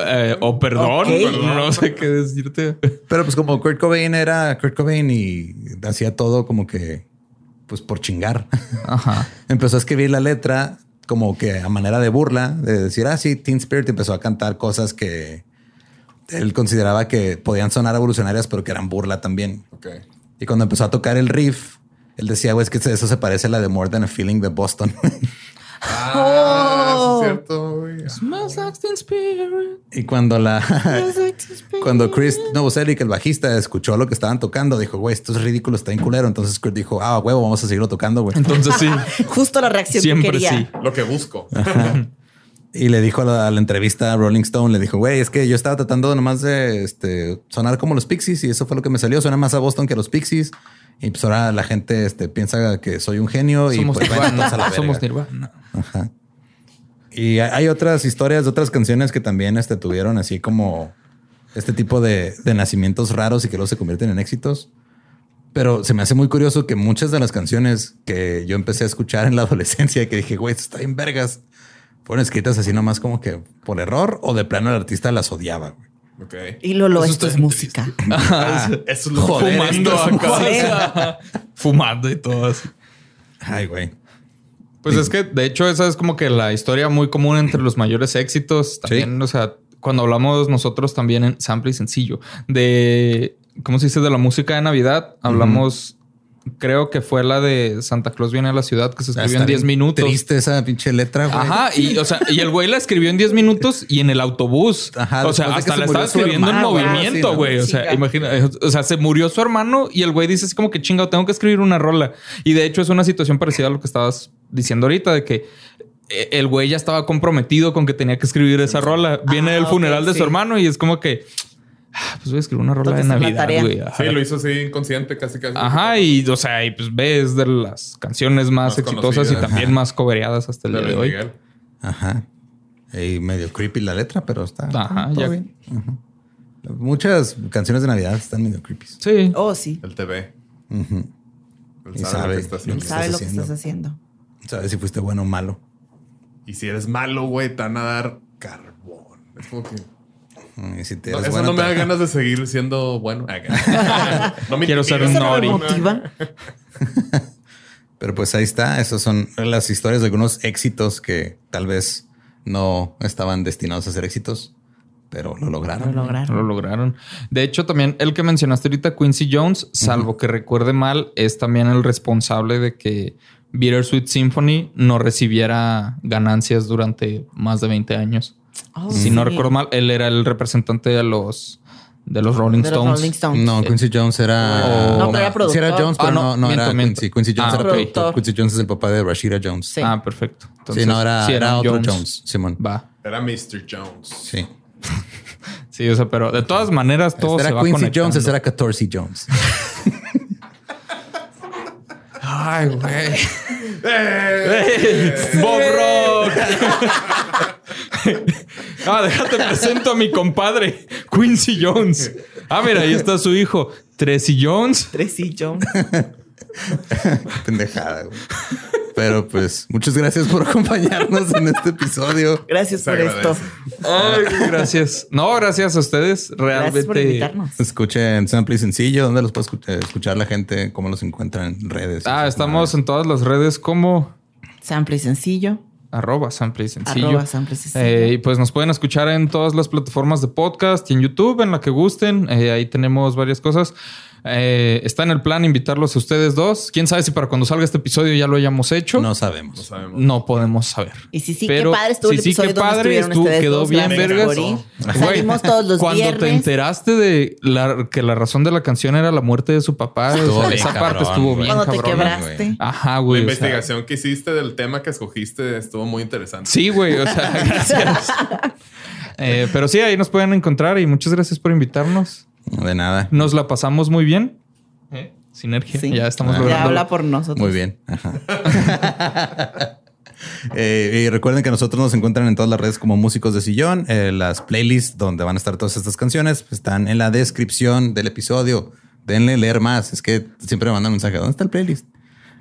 S6: Eh, o perdón,
S5: Ok.
S6: perdón, no sé qué decirte.
S3: Pero pues como Kurt Cobain era Kurt Cobain y hacía todo como que pues por chingar.
S6: Ajá.
S3: empezó a escribir la letra como que a manera de burla, de decir, ah, sí, Teen Spirit empezó a cantar cosas que él consideraba que podían sonar revolucionarias, pero que eran burla también.
S4: Ok.
S3: Y cuando empezó a tocar el riff, él decía, güey, es que eso se parece a la de More Than a Feeling de Boston.
S4: Ah,
S5: Oh.
S4: sí es cierto, güey.
S3: Y cuando la cuando Chris Novoselic, el bajista, escuchó lo que estaban tocando, dijo, güey, esto es ridículo, está en culero. Entonces Chris dijo, ah, huevo, vamos a seguirlo tocando, güey.
S6: Entonces sí.
S5: Justo la reacción
S6: Siempre
S5: que quería.
S6: sí.
S4: Lo que busco.
S3: Y le dijo a la, a la entrevista a Rolling Stone, le dijo, güey, es que yo estaba tratando nomás de este, sonar como los Pixies y eso fue lo que me salió. Suena más a Boston que a los Pixies. Y pues ahora la gente este, piensa que soy un genio y
S6: Somos
S3: pues bueno,
S6: Nirvana.
S3: todos a la verga.
S6: Somos Nirvana.
S3: Ajá. Y hay- hay otras historias de otras canciones que también este, tuvieron así como este tipo de, de nacimientos raros y que luego se convierten en éxitos. Pero se me hace muy curioso que muchas de las canciones que yo empecé a escuchar en la adolescencia, que dije, güey, esto está bien vergas, fueron escritas así nomás como que por error o de plano el artista las odiaba. güey.
S4: Ok.
S5: Y Lolo,
S4: Eso
S5: esto
S4: está
S5: es
S4: bien
S5: música.
S6: Ajá.
S4: Eso es
S3: Joder,
S6: Fumando
S3: esto es
S6: acá.
S3: música.
S6: Ajá. Fumando y todo así.
S3: Ay, güey.
S6: Pues es que, de hecho, esa es como que la historia muy común entre los mayores éxitos. También, o sea, cuando hablamos nosotros también en Sample y Sencillo, de, ¿cómo se dice? De la música de Navidad, hablamos, creo que fue la de Santa Claus viene a la ciudad, que se escribió
S3: Está
S6: en 10
S3: bien
S6: minutos.
S3: Triste esa pinche letra, güey.
S6: Ajá, y, o sea, y el güey la escribió en 10 minutos y en el autobús.
S3: Ajá,
S6: o
S3: después
S6: sea,
S3: de que
S6: hasta
S3: se
S6: la
S3: murió
S6: estaba
S3: su
S6: escribiendo en
S3: hermano, Ah,
S5: güey,
S6: movimiento,
S3: sí, ¿no?
S6: güey. O sea,
S5: Chinga.
S6: imagina, o sea, se murió su hermano y el güey dice así como que chingado, tengo que escribir una rola. Y de hecho es una situación parecida a lo que estabas diciendo ahorita, de que eh, el güey ya estaba comprometido con que tenía que escribir esa rola. Viene
S5: Ah,
S6: el funeral
S5: ok,
S6: de
S5: sí.
S6: su hermano y es como que, "Ah, pues voy a escribir una rola
S5: Tengo
S6: de
S5: que hacer la
S6: Navidad,
S5: tarea.
S6: güey. Ajá.
S4: Sí, lo hizo así inconsciente, casi casi.
S6: Ajá, y o sea, y pues ves de las canciones
S4: Más
S6: más, exitosas y
S4: conocidas.
S6: también más cobereadas hasta el
S4: De
S6: día de
S4: Luis
S6: hoy.
S4: Miguel.
S3: Ajá. Y medio creepy la letra, pero está.
S6: Ajá,
S3: todo
S6: ya.
S3: bien. Ajá. Muchas canciones de Navidad están medio creepy.
S6: Sí.
S5: Oh, sí.
S4: El TV.
S3: Ujú.
S4: El
S3: Y
S4: sabe,
S3: sabe.
S4: lo que
S3: ¿Qué
S4: está haciendo.
S3: estás
S5: Sabe lo que
S3: haciendo?
S5: estás haciendo.
S3: Sabes si fuiste bueno o malo.
S4: Y si eres malo, güey, te van a dar carbón. Es como que.
S3: Mm, Y si te
S4: No,
S3: eres
S4: eso
S3: bueno,
S4: no me da
S3: te-
S4: ganas de seguir siendo bueno. Ah, no me
S6: Quiero ser
S4: intimides,
S6: un
S4: no me
S6: Nori.
S4: motiva.
S3: Pero pues ahí está. Esas son las historias de algunos éxitos que tal vez no estaban destinados a ser éxitos, pero lo
S5: Lo
S3: lograron.
S6: Lo
S5: lograron.
S6: lograron. De hecho, también el que mencionaste ahorita, Quincy Jones, salvo que recuerde mal, es también el responsable de que Bittersweet Symphony no recibiera ganancias durante más de 20 años.
S5: Oh,
S6: si
S5: sí.
S6: no recuerdo mal, él era el representante de los, de los Rolling
S5: De los
S6: Stones.
S5: Rolling Stones.
S3: No, Quincy Jones era.
S6: O- No,
S5: pero era
S3: Sí era
S5: productor.
S3: Jones, pero
S6: Ah,
S3: no,
S6: no,
S3: no era
S6: miento, miento.
S3: Quincy. Quincy Jones
S6: Ah,
S3: era
S5: productor.
S3: productor. Quincy Jones es el papá de Rashida Jones.
S5: Sí.
S6: Ah, perfecto.
S3: sí, no, era,
S6: sí,
S3: era
S6: un
S3: otro Jones, Simón.
S6: Va.
S4: Era Mr. Jones.
S3: Sí.
S6: Sí, o sea, pero de todas maneras todo
S3: Este
S6: se
S3: era
S6: va
S3: Quincy Jones,
S6: conectando.
S3: ese era 14 Jones.
S6: Ay, güey.
S4: Eh,
S6: Bob Rock. ah, déjate presento a mi compadre, Quincy Jones. Ah, mira, ahí está su hijo, Tracy Jones.
S5: Tres y yo.
S3: Pendejada, güey. Pero pues, muchas gracias por acompañarnos en este episodio.
S5: Gracias
S4: Se
S5: por esto.
S4: agradece.
S6: Ay, gracias. No, gracias a ustedes. Realmente.
S5: Gracias por invitarnos.
S3: Escuchen Sample y Sencillo, ¿dónde los puede escu- eh, escuchar la gente? ¿Cómo los encuentran en redes?
S6: Ah, estamos en todas las redes como
S5: Sample y sencillo.
S6: arroba sample y sencillo.
S5: Arroba sample y sencillo.
S6: Eh, y pues nos pueden escuchar en todas las plataformas de podcast y en YouTube, en la que gusten. Eh, ahí tenemos varias cosas. Eh, está en el plan invitarlos a ustedes dos. Quién sabe si para cuando salga este episodio ya lo hayamos hecho.
S3: No
S4: No
S3: sabemos.
S4: sabemos.
S6: No podemos saber.
S5: Y sí, sí,
S6: Pero
S5: qué padre estuvo
S6: sí,
S5: el
S6: sí,
S5: episodio
S6: qué
S5: donde
S6: padre
S5: estuvieron
S6: estuvo,
S5: ustedes
S6: quedó
S5: dos,
S6: bien
S5: gracias,
S6: vergas.
S5: Cori.
S6: Güey,
S5: Salimos todos los
S6: Cuando te
S5: viernes.
S6: enteraste de la, que la razón de la canción era la muerte de su papá,
S3: Estuvo
S6: o sea,
S3: bien
S6: esa
S3: cabrón,
S6: parte estuvo
S3: güey.
S6: bien
S5: Cuando te
S6: cabrona.
S5: quebraste.
S6: Ajá,
S4: La
S6: güey. o sea,
S4: investigación que hiciste del tema que escogiste estuvo muy interesante.
S6: Sí, güey, o sea, gracias. Eh, pero sí, ahí nos pueden encontrar y muchas gracias por invitarnos.
S3: De nada.
S6: Nos la pasamos muy bien. Eh, Sinergia,
S5: Sí.
S6: ya estamos
S3: Ah.
S5: Ya
S6: logrando.
S5: habla por nosotros.
S3: Muy bien. Ajá. Eh, y recuerden que nosotros nos encuentran en todas las redes como músicos de sillón. Eh, las playlists donde van a estar todas estas canciones están en la descripción del episodio. Denle leer más. Es que siempre me mandan mensaje. ¿Dónde está el playlist?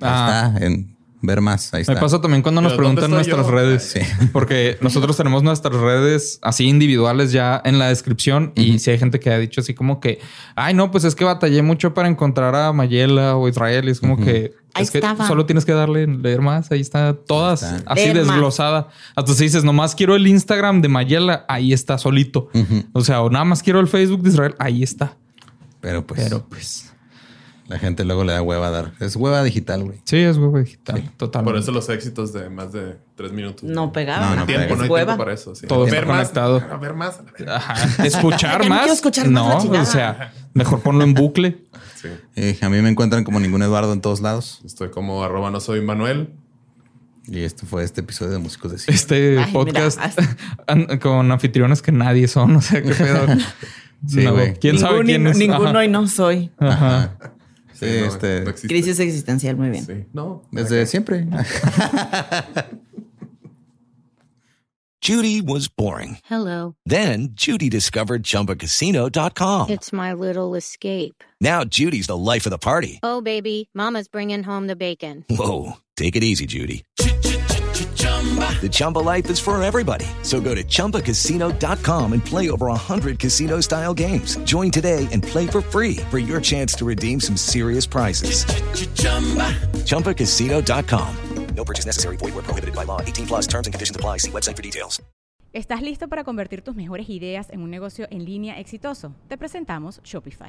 S3: Ahí
S6: Ah.
S3: está, en ver más. Ahí está.
S6: Me pasa también cuando nos
S4: Pero ¿dónde
S6: preguntan
S4: estoy
S6: nuestras
S4: yo?
S6: redes.
S3: Sí.
S6: Porque nosotros tenemos nuestras redes así individuales ya en la descripción. Y si hay gente que ha dicho así como que, ay, no, pues es que batallé mucho para encontrar a Mayela o Israel. Y es como que,
S5: Ahí
S6: es que
S5: estaba.
S6: solo tienes que darle en leer más. Ahí está todas
S3: Ahí está.
S6: así
S5: Leer más.
S6: desglosada. Hasta si dices, nomás quiero el Instagram de Mayela, ahí está solito. O sea, o nada más quiero el Facebook de Israel, ahí está.
S3: Pero pues
S6: Pero pues.
S3: la gente luego le da hueva a dar. Es hueva digital, güey.
S6: Sí, es huevo digital. Totalmente.
S4: Por eso los éxitos de más de tres minutos.
S5: No
S3: No,
S5: pegaba.
S3: no
S4: No hay tiempo,
S3: pega.
S4: no hay
S5: Hueva.
S4: tiempo para eso. sí.
S6: Todo
S4: ver
S6: está
S4: más,
S6: conectado. Ah.
S4: a ver más. a la verga.
S6: Ajá. Escuchar
S5: Ya no
S6: más.
S5: quiero escuchar más la
S6: no,
S5: chingada.
S6: o sea, mejor ponlo en bucle.
S4: Sí.
S3: Eh, a mí me encuentran como ningún Eduardo en todos lados.
S4: Estoy como arroba no soy Manuel.
S3: Y esto fue este episodio de Músicos de Sillón.
S6: Este
S5: Ay,
S6: podcast
S5: mira,
S6: an- con anfitriones que nadie son. O sea, qué pedo.
S3: Sí,
S6: No,
S3: güey.
S6: ¿Quién sabe
S5: Ningún-
S6: quién es?
S5: Ninguno
S6: Ajá.
S5: y no soy.
S6: Ajá.
S3: Sí,
S4: no,
S3: este,
S4: no existe.
S5: Crisis existencial, muy bien.
S4: Sí. No.
S3: desde siempre.
S2: Judy was boring.
S9: Hello,
S2: Then Judy discovered ChumbaCasino.com.
S9: it's my little escape.
S2: now Judy's the life of the party.
S9: Oh, baby, Mama's bringing home the bacon.
S2: Whoa, take it easy, Judy. The Chumba life is for everybody. So go to ChumbaCasino.com and play over 100 casino style games. Join today and play for free for your chance to redeem some serious prizes. ChumbaCasino.com. No purchase necessary. Void where prohibited by law. 18 plus terms and conditions apply. See website for details.
S7: ¿Estás listo para convertir tus mejores ideas en un negocio en línea exitoso? Te presentamos Shopify.